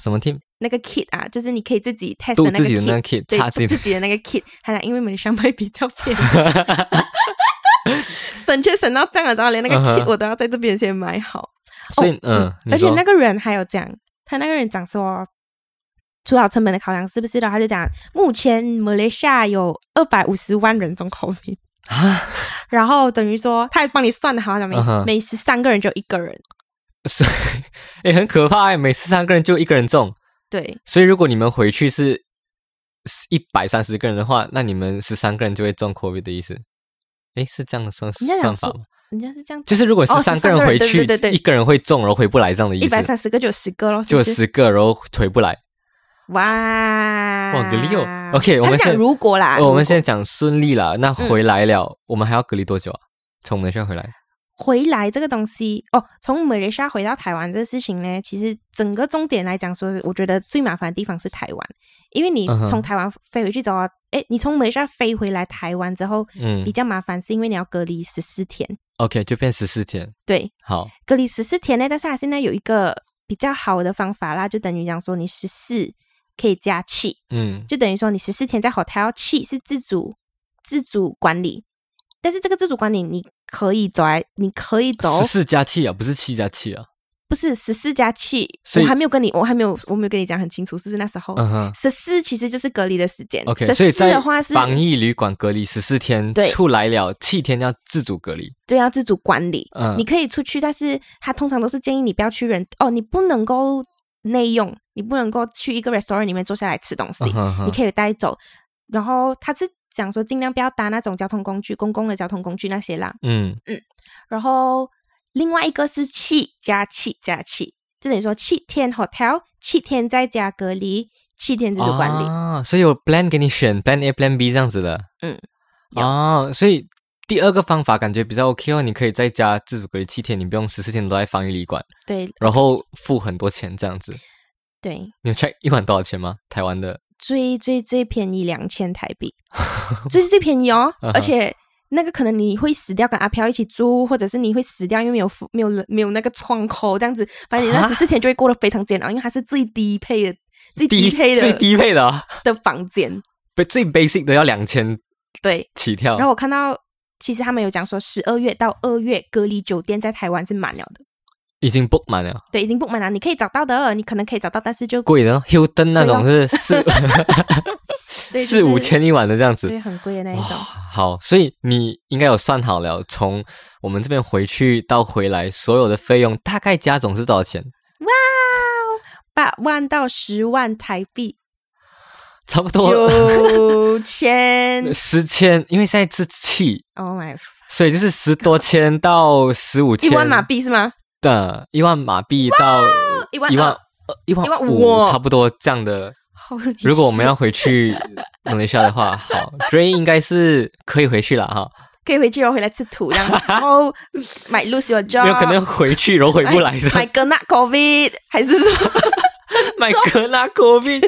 Speaker 1: 什么 team？
Speaker 2: 那个 kit 啊，就是你可以自己 test
Speaker 1: 度
Speaker 2: 的那个
Speaker 1: 自己的那
Speaker 2: kit，
Speaker 1: 个 kit，
Speaker 2: 对，哦
Speaker 1: 差自己
Speaker 2: 自
Speaker 1: 的
Speaker 2: 己的那个 kit。他讲，因为马来西亚卖比较便宜， 省钱省到这样了，然后连那个
Speaker 1: 嗯哼
Speaker 2: kit 我都要在这边先买好。
Speaker 1: 所以嗯，你
Speaker 2: 而且
Speaker 1: 说
Speaker 2: 那个人还有讲，他那个人讲说。除了成本的考量，是不是的？他就讲，目前马来西亚有二百五十万人中 COVID，
Speaker 1: 啊，
Speaker 2: 然后等于说，他还帮你算的好，讲每、
Speaker 1: 嗯哼
Speaker 2: 每十三个人就有一个人，
Speaker 1: 所以 也、很可怕、欸，每次三个人就一个人中，
Speaker 2: 对，
Speaker 1: 所以如果你们回去是一百三十个人的话，那你们十三个人就会中 COVID 的意思。诶，是这样的算
Speaker 2: 人家
Speaker 1: 算
Speaker 2: 讲
Speaker 1: 法
Speaker 2: 说
Speaker 1: 吗？
Speaker 2: 人家是这样，
Speaker 1: 就是如果是
Speaker 2: 哦
Speaker 1: 三
Speaker 2: 13
Speaker 1: 个人
Speaker 2: 个
Speaker 1: 回
Speaker 2: 人对
Speaker 1: 去，
Speaker 2: 对对对
Speaker 1: 一个人会中，然后回不来这样的意
Speaker 2: 一百
Speaker 1: 思，
Speaker 2: 三十个就有十个咯，是
Speaker 1: 就
Speaker 2: 不是
Speaker 1: 十个，然后回不来。
Speaker 2: 哇，
Speaker 1: 哇，geli 哦，OK，我
Speaker 2: 他
Speaker 1: 们
Speaker 2: 是
Speaker 1: 现在
Speaker 2: 讲如果
Speaker 1: 哦我
Speaker 2: 啦，
Speaker 1: 们
Speaker 2: 啊如果嗯
Speaker 1: 现在讲顺利了，那回来了，我们还要隔离多久啊？从我们那边回来，
Speaker 2: 回来这个东西哦，从马来西亚回到台湾这事情呢，其实整个重点来讲说，我觉得最麻烦的地方是台湾，因为你
Speaker 1: 嗯哼
Speaker 2: 从台湾飞回去之后，哎、你从马来西亚飞回来台湾之后
Speaker 1: 嗯
Speaker 2: 比较麻烦，是因为你要隔离十四天，
Speaker 1: ，OK，就变十四天，
Speaker 2: 对，
Speaker 1: 好，
Speaker 2: 隔离十四天呢，但是它现在有一个比较好的方法啦，就等于讲说你十四可以加七，
Speaker 1: 嗯
Speaker 2: 就等于说你十四天在 hotel 七是自主自主管理，但是这个自主管理你可以走来，你可以 走
Speaker 1: 十，四加七啊，不是七加七啊，
Speaker 2: 不是十四加七，
Speaker 1: 所以
Speaker 2: 我还没有跟你，我还没有我没有跟你讲很清楚，是不是那时候
Speaker 1: 嗯哼。
Speaker 2: 十四、14其实就是隔离的时间
Speaker 1: OK，
Speaker 2: 14
Speaker 1: 所以在
Speaker 2: 哦的话是
Speaker 1: 防疫旅馆隔离十四天，
Speaker 2: 对
Speaker 1: 出来了七天要自主隔离。
Speaker 2: 对要啊自主管理，
Speaker 1: 嗯
Speaker 2: 你可以出去，但是他通常都是建议你不要去人哦，你不能够内用，你不能够去一个 restaurant 里面坐下来吃东西，
Speaker 1: 嗯哼哼
Speaker 2: 你可以带走。然后他是讲说尽量不要搭那种交通工具，公共的交通工具那些啦。
Speaker 1: 嗯
Speaker 2: 然后另外一个是七加七加七，就等于说七天 hotel，七天在家隔离，七天自主管理。
Speaker 1: 啊，所以有 plan 给你选 plan A、plan B 这样子的。
Speaker 2: 嗯，有
Speaker 1: 哦，所以第二个方法感觉比较 OK 哦，你可以在家自主隔离七天，你不用十四天都在防疫旅馆，
Speaker 2: 对
Speaker 1: 然后付很多钱这样子。
Speaker 2: 对，
Speaker 1: 你有 check 一晚多少钱吗？台湾的
Speaker 2: 最最最便宜两千台币，最最便宜哦，而且。那个可能你会死掉，跟阿飘一起住，或者是你会死掉，因为没有服没有人没有那个窗口这样子，反正你那
Speaker 1: 啊
Speaker 2: 十四天就会过得非常煎熬，因为它是最低配的、最低配
Speaker 1: 最
Speaker 2: 的
Speaker 1: 低配的、啊，
Speaker 2: 的房间。
Speaker 1: 不最 basic 的要两千
Speaker 2: 对，
Speaker 1: 起跳
Speaker 2: 然。后我看到，其实他们有讲说，十二月到二月隔离酒店在台湾是满了的，
Speaker 1: 已经 book 满了，
Speaker 2: 对，已经 book 满了，你可以找到的，你可能可以找到，但是就
Speaker 1: 贵的哦，Hilton 那种是 四
Speaker 2: 对
Speaker 1: 四五，千一晚的这样
Speaker 2: 就
Speaker 1: 子
Speaker 2: 是。对，很贵的那一
Speaker 1: 哇，
Speaker 2: 种。
Speaker 1: 好，所以你应该有算好了，从我们这边回去到回来，所有的费用大概加总是多少钱？
Speaker 2: 八万到十万台币，
Speaker 1: 差不多
Speaker 2: 九千
Speaker 1: 十千，因为现在是七，
Speaker 2: ，Oh my，
Speaker 1: 所以就是十多千到十五
Speaker 2: 一
Speaker 1: 千
Speaker 2: 万马币是吗？
Speaker 1: 的一万马币到
Speaker 2: 一万
Speaker 1: 一万
Speaker 2: 二
Speaker 1: 呃一万
Speaker 2: 一万五
Speaker 1: 五，
Speaker 2: 哦
Speaker 1: 差不多这样的。
Speaker 2: Holy
Speaker 1: 如果我们
Speaker 2: shit
Speaker 1: 要回去马来西亚的话，好 d r a y 应该是可以回去了哈，
Speaker 2: 可以回去，然后哦回来吃土这 样，然后买 lose your
Speaker 1: 因
Speaker 2: job，
Speaker 1: 为可能回去然后回不来的。
Speaker 2: 买个那 covid，还是说
Speaker 1: 买格拉果币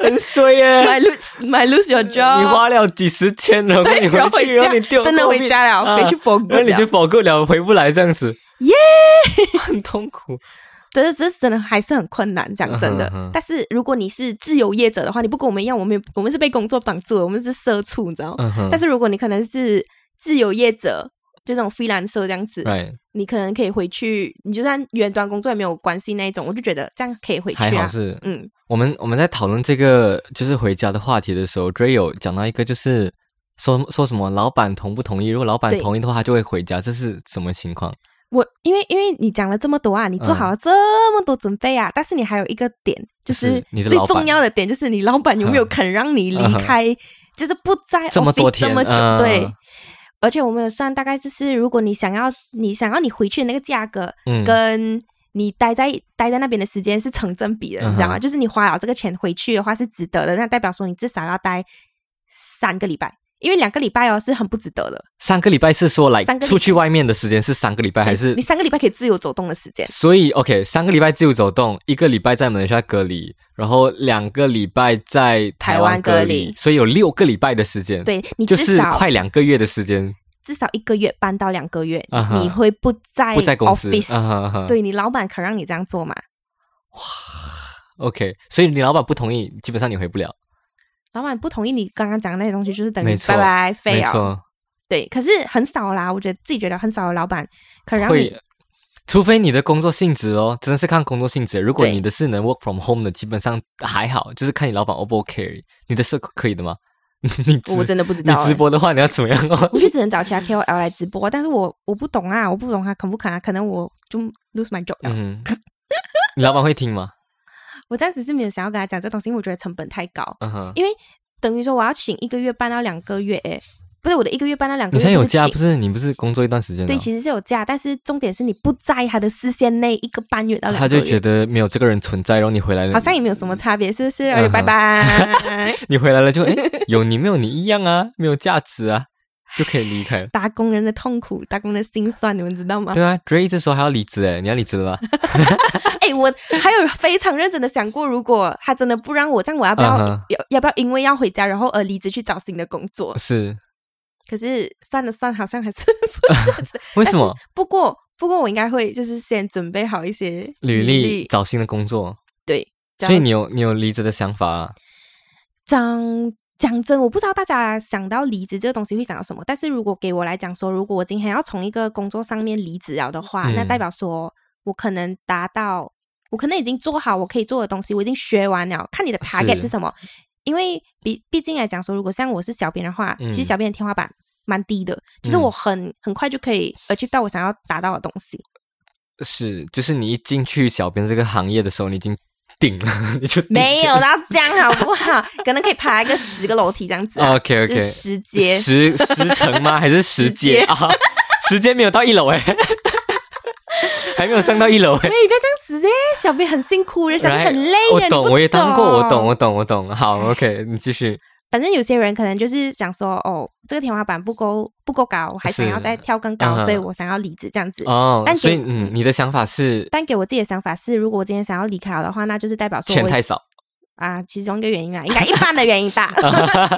Speaker 1: 很衰耶、
Speaker 2: 买 lose 买 lose your
Speaker 1: 你
Speaker 2: job，
Speaker 1: 花了几十千，然后
Speaker 2: 对
Speaker 1: 你
Speaker 2: 然后
Speaker 1: 回
Speaker 2: 回
Speaker 1: 去，
Speaker 2: 家
Speaker 1: 然后你丢
Speaker 2: 真的
Speaker 1: 狗
Speaker 2: 回
Speaker 1: 屁
Speaker 2: 家了
Speaker 1: 啊
Speaker 2: 回去否
Speaker 1: 然
Speaker 2: 过
Speaker 1: 后你
Speaker 2: 了
Speaker 1: 就否够了，回不来这样子，
Speaker 2: 耶！
Speaker 1: 很痛苦。
Speaker 2: 这这真的还是很困难，讲真的。
Speaker 1: 嗯哼嗯哼
Speaker 2: 但是如果你是自由业者的话，你不跟我们一样，我们我们是被工作绑住的，我们是社畜，你知道吗？
Speaker 1: 嗯哼
Speaker 2: 但是如果你可能是自由业者，就那种 freelancer 这样子
Speaker 1: right
Speaker 2: 你可能可以回去，你就算远端工作也没有关系那一种，我就觉得这样可以回去
Speaker 1: 还好
Speaker 2: 啊。
Speaker 1: 是
Speaker 2: 嗯，
Speaker 1: 我们我们在讨论这个就是回家的话题的时候 d r a y 有讲到一个就是说说什么老板同不同意，如果老板
Speaker 2: 对
Speaker 1: 同意的话，他就会回家，这是什么情况？
Speaker 2: 我因为因为你讲了这么多啊，你做好了
Speaker 1: 嗯
Speaker 2: 这么多准备啊，但是你还有一个点，就
Speaker 1: 就是
Speaker 2: 是
Speaker 1: 你的
Speaker 2: 最
Speaker 1: 老板嗯
Speaker 2: 重要的点就是你老板有没有肯让你离开，就是不在
Speaker 1: 这么多
Speaker 2: office
Speaker 1: 天
Speaker 2: 这么久，
Speaker 1: 嗯
Speaker 2: 对。而且我们有算，大概就是如果你想要你想要你回去的那个价格，
Speaker 1: 嗯，
Speaker 2: 跟你待在待在那边的时间是成正比的，
Speaker 1: 嗯哼
Speaker 2: 你知道吗？就是你花了这个钱回去的话是值得的，那代表说你至少要待三个礼拜，因为两个礼拜哦是很不值得的。
Speaker 1: 上个礼拜是说来
Speaker 2: 三个礼拜
Speaker 1: 出去外面的时间是三个礼拜还是
Speaker 2: 你三个礼拜可以自由走动的时间，
Speaker 1: 所以，OK，三个礼拜自由走动，一个礼拜在马来西亚隔离，然后两个礼拜在台湾隔
Speaker 2: 台湾隔离
Speaker 1: 所以有六个礼拜的时间，，
Speaker 2: 对你
Speaker 1: 就
Speaker 2: 至
Speaker 1: 是
Speaker 2: 少、
Speaker 1: 快两个月的时间
Speaker 2: 至少一个月半到两个月，
Speaker 1: 啊哈
Speaker 2: 你会不在
Speaker 1: 不在公司
Speaker 2: 哎 office，、
Speaker 1: 啊哈哈
Speaker 2: 对你老板肯让你这样做嘛？
Speaker 1: ，OK，所以你老板不同意，基本上你回不了，
Speaker 2: 老板不同意你刚刚讲的那些东西，就是等
Speaker 1: 没
Speaker 2: 于
Speaker 1: 错
Speaker 2: 拜拜废
Speaker 1: 没
Speaker 2: 了。
Speaker 1: 错，
Speaker 2: 对，可是很少啦，我觉得自己觉得很少有老板肯让你
Speaker 1: 会。除非你的工作性质哦，真的是看工作性质。如果
Speaker 2: 对
Speaker 1: 你的是能 work from home 的，基本上还好，就是看你老板 O 不 OK 而已。你的是可以的吗？ 你直
Speaker 2: 我真的不知
Speaker 1: 你
Speaker 2: 道、欸
Speaker 1: 直播的话，你要怎么样哦？
Speaker 2: 我就只能找其他 KOL 来直播，但是我我不懂啊，我不懂他肯不肯啊，可能我就 lose my job 了。
Speaker 1: 嗯，你老板会听吗？
Speaker 2: 我暂时是没有想要跟他讲这东西，因为我觉得成本太高，
Speaker 1: 嗯哼。
Speaker 2: 等于说我要请一个月半到两个月，诶，不是我的一个月半到两个
Speaker 1: 你
Speaker 2: 月
Speaker 1: 现在有
Speaker 2: 不是请
Speaker 1: 假不是？你不是工作一段时间了？
Speaker 2: 对，其实是有假，但是重点是你不在他的视线内一个半月到两
Speaker 1: 他
Speaker 2: 个
Speaker 1: 就
Speaker 2: 月，
Speaker 1: 觉得没有这个人存在，然后你回来了，
Speaker 2: 好像也没有什么差别，是不是？
Speaker 1: 嗯
Speaker 2: 而且拜拜，
Speaker 1: 你回来了 就哎，有你没有你一样啊，没有价值啊，就可以离开了。
Speaker 2: 打工人的痛苦，打工人的心酸，你们知道吗？
Speaker 1: 对啊 d r a y 这时候还要离职哎，你要离职了吧？
Speaker 2: 哎、我还有非常认真的想过，如果 他真的不让我，这样我要不要、
Speaker 1: 嗯哼
Speaker 2: 要要不要因为要回家，然后而离职去找新的工作？
Speaker 1: 是
Speaker 2: 可是算了算，好像还是
Speaker 1: 为什么？
Speaker 2: 不过不过我应该会就是先准备好一些
Speaker 1: 履历找新的工作，
Speaker 2: 对，这样
Speaker 1: 所以你有你有离职的想法啊？
Speaker 2: 讲讲真，我不知道大家想到离职这个东西会想到什么，但是如果给我来讲说，如果我今天要从一个工作上面离职了的话，
Speaker 1: 嗯
Speaker 2: 那代表说我可能达到，我可能已经做好我可以做的东西，我已经学完了，看你的 target
Speaker 1: 是
Speaker 2: 是什么。因为毕毕竟来讲说，如果像我是小编的话，
Speaker 1: 嗯
Speaker 2: 其实小编的天花板蛮低的，就是我很很快就可以 achieve 到 我想要达到的东西。
Speaker 1: 是，就是你一进去小编这个行业的时候，你已经顶了，你 就顶
Speaker 2: 没有到这样好不好？可能可以爬一个十个楼梯这样子啊、
Speaker 1: 哦 OK
Speaker 2: 就
Speaker 1: OK，
Speaker 2: 是十阶。
Speaker 1: 十十层 吗？还是十阶
Speaker 2: 十阶
Speaker 1: 啊？十阶没有到一楼哎、 还没有上到一楼哎、
Speaker 2: 哎，不要这样子哎，小编很辛苦的，小编
Speaker 1: Right，
Speaker 2: 很累
Speaker 1: 我
Speaker 2: 的。你不
Speaker 1: 懂，我也当过，我懂，我懂，我懂。好，OK，你 继续。
Speaker 2: 反正有些人可能就是想说，哦，这个天花板不够不够高，我还想
Speaker 1: 是
Speaker 2: 要再跳更高，
Speaker 1: 嗯哼
Speaker 2: 所以我想要离职这样子。
Speaker 1: 哦，
Speaker 2: 但
Speaker 1: 所以
Speaker 2: 给
Speaker 1: 嗯，你的想法是
Speaker 2: 但给我自己的想法是，如果我今天想要离开我的话，那就是代表说
Speaker 1: 钱
Speaker 2: 我已
Speaker 1: 太少，
Speaker 2: 啊，其中一个原因啊，应该一半的原因 吧。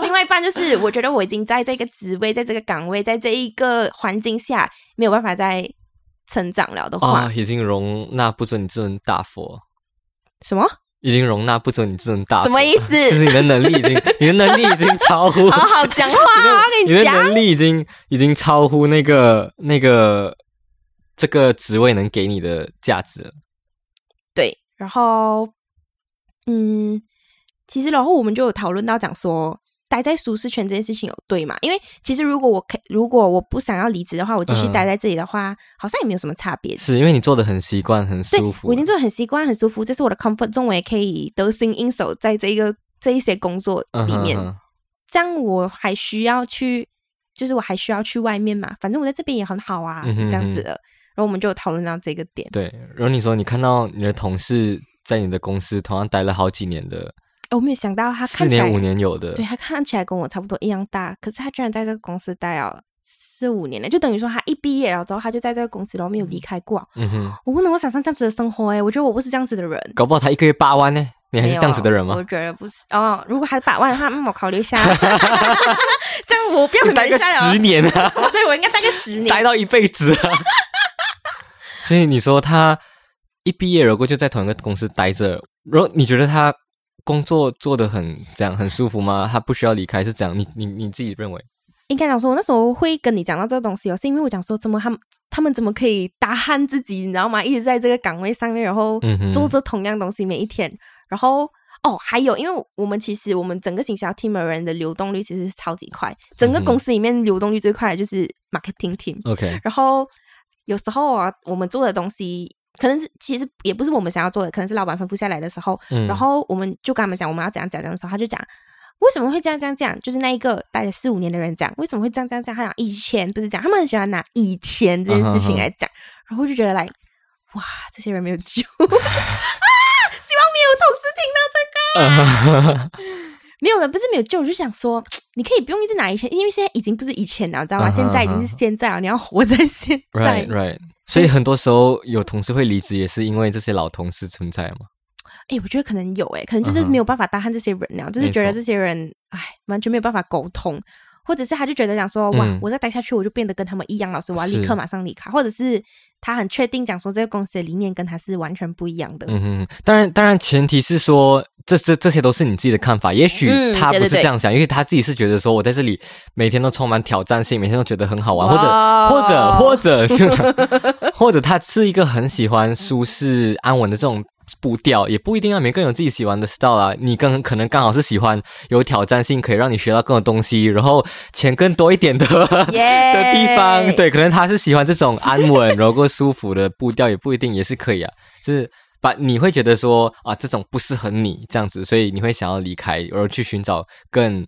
Speaker 2: 另外一半就是，我觉得我已经在这个职位、在这个岗位、在这一个环境下，没有办法再成长了的话，
Speaker 1: 哦，已经容纳不准你这种大佛，
Speaker 2: 什么
Speaker 1: 已经容纳不准你这种大佛，
Speaker 2: 什么意思？
Speaker 1: 啊就是你的能力已 经，你的能力已经超乎，
Speaker 2: 好好 讲话啊！我
Speaker 1: 你
Speaker 2: 跟
Speaker 1: 的
Speaker 2: 你讲，
Speaker 1: 能力已经已经超乎那个那个这个职位能给你的价值了。
Speaker 2: 对，然后，嗯，其实然后我们就有讨论到讲说，待在舒适圈这件事情有对嘛？因为其实如果我可如果我不想要离职的话，我继续
Speaker 1: 嗯
Speaker 2: 待在这里的话，好像也没有什么差别。
Speaker 1: 是因为你做的很习惯，很
Speaker 2: 对
Speaker 1: 舒，服。
Speaker 2: 我已经做得很习惯，很舒服，这是我的 comfort zone，我也可以得心应手在这一个这一些工作
Speaker 1: 嗯
Speaker 2: 里
Speaker 1: 哼
Speaker 2: 面。
Speaker 1: 哼
Speaker 2: 这样我还需要去，就是我还需要去外面嘛，反正我在这边也很好啊，
Speaker 1: 嗯哼
Speaker 2: 什么这样
Speaker 1: 哼
Speaker 2: 子的。然后我们就有讨论到这个点，
Speaker 1: 对，然后你说你看到你的同事在你的公司同样待了好几年的，
Speaker 2: 哦我没有想到他
Speaker 1: 四
Speaker 2: 看起来
Speaker 1: 年五年有的
Speaker 2: 对，他看起来跟我差不多一样大，可是他居然在这个公司待了四五年了，就等于说他一毕业了之后，他就在这个公司，然后没有离开过。啊
Speaker 1: 嗯哼，
Speaker 2: 我不能够想象这样子的生活、欸，我觉得我不是这样子的人。
Speaker 1: 搞不好他一个月八万呢，你还是
Speaker 2: 没有啊
Speaker 1: 这样子的人吗
Speaker 2: 我？觉得不是哦。如果还是百万的话，嗯，我考虑 一下。这样啊我不要很
Speaker 1: 你待
Speaker 2: 没
Speaker 1: 个
Speaker 2: 下了
Speaker 1: 十年 啊，
Speaker 2: 哦，对我应该待个十
Speaker 1: 待
Speaker 2: 年。
Speaker 1: 到一辈子 啊。所以你说他一毕业，然后就在同一个公司待着，然后你觉得他工作做的很这样很舒服吗？他不需要离开是这样？你你你自己认为？
Speaker 2: 应该讲说，我那时候会跟你讲到这个东西哦，是因为我讲说，怎么他们他们怎么可以打汗自己，你知道吗？一直在这个岗位上面，然后
Speaker 1: 嗯哼
Speaker 2: 做着同样东西每一天，然后。哦，还有，因为我们其实我们整个行销 team 的人的流动率其实是超级快，整个
Speaker 1: 嗯哼
Speaker 2: 公司里面流动率最快的就是 marketing team，
Speaker 1: ，OK，
Speaker 2: 然后有时候啊，我们做的东西可能是其实也不是我们想要做的，可能是老板吩咐下来的时候，
Speaker 1: 嗯
Speaker 2: 然后我们就跟他们讲我们要怎样怎样怎样的时候，他就讲为什么会这样这样这样，就是那一个待了四五年的人讲为什么会这样这样这样，他讲以前不是这样，他们很喜欢拿以前
Speaker 1: 嗯
Speaker 2: 这件事情来讲，然后我就觉得来哇，这些人没有救。 啊！希望没有同事听到这个。
Speaker 1: 嗯
Speaker 2: 没有了，不是没有救，我就想说，你可以不用一直拿以前，因为现在已经不是以前了，知道吗
Speaker 1: 嗯哼
Speaker 2: 现在已经是现在了，你要活在现
Speaker 1: Right,
Speaker 2: 在。
Speaker 1: right。所以很多时候有同事会离职，也是因为这些老同事存在嘛。
Speaker 2: 哎、我觉得可能有哎、可能就是
Speaker 1: 嗯哼
Speaker 2: 没有办法搭和这些人聊，就是觉
Speaker 1: 没
Speaker 2: 得
Speaker 1: 错
Speaker 2: 这些人哎，完全没有办法沟通，或者是他就觉得讲说，哇
Speaker 1: 嗯，
Speaker 2: 我再待下去我就变得跟他们一样了，所以我要立
Speaker 1: 是
Speaker 2: 刻马上离开，或者是他很确定讲说这个公司的理念跟他是完全不一样的。
Speaker 1: 嗯哼，当然，当然，前提是说这这这些都是你自己的看法。也许
Speaker 2: 嗯
Speaker 1: 他
Speaker 2: 对
Speaker 1: 不
Speaker 2: 对
Speaker 1: 是
Speaker 2: 对
Speaker 1: 这样想，也许他自己是觉得说我在这里每天都充满挑战性，每天都觉得很好玩，或者
Speaker 2: 哇
Speaker 1: 或者或者就讲或者他是一个很喜欢舒适安稳的这种。步调也不一定啊，每个人有自己喜欢的 style 啊。你更可能刚好是喜欢有挑战性，可以让你学到更多东西，然后钱更多一点的
Speaker 2: 耶
Speaker 1: 的地方。对，可能他是喜欢这种安稳然后够舒服的步调，也不一定也是可以啊。就是把你会觉得说啊，这种不适合你这样子，所以你会想要离开，而去寻找更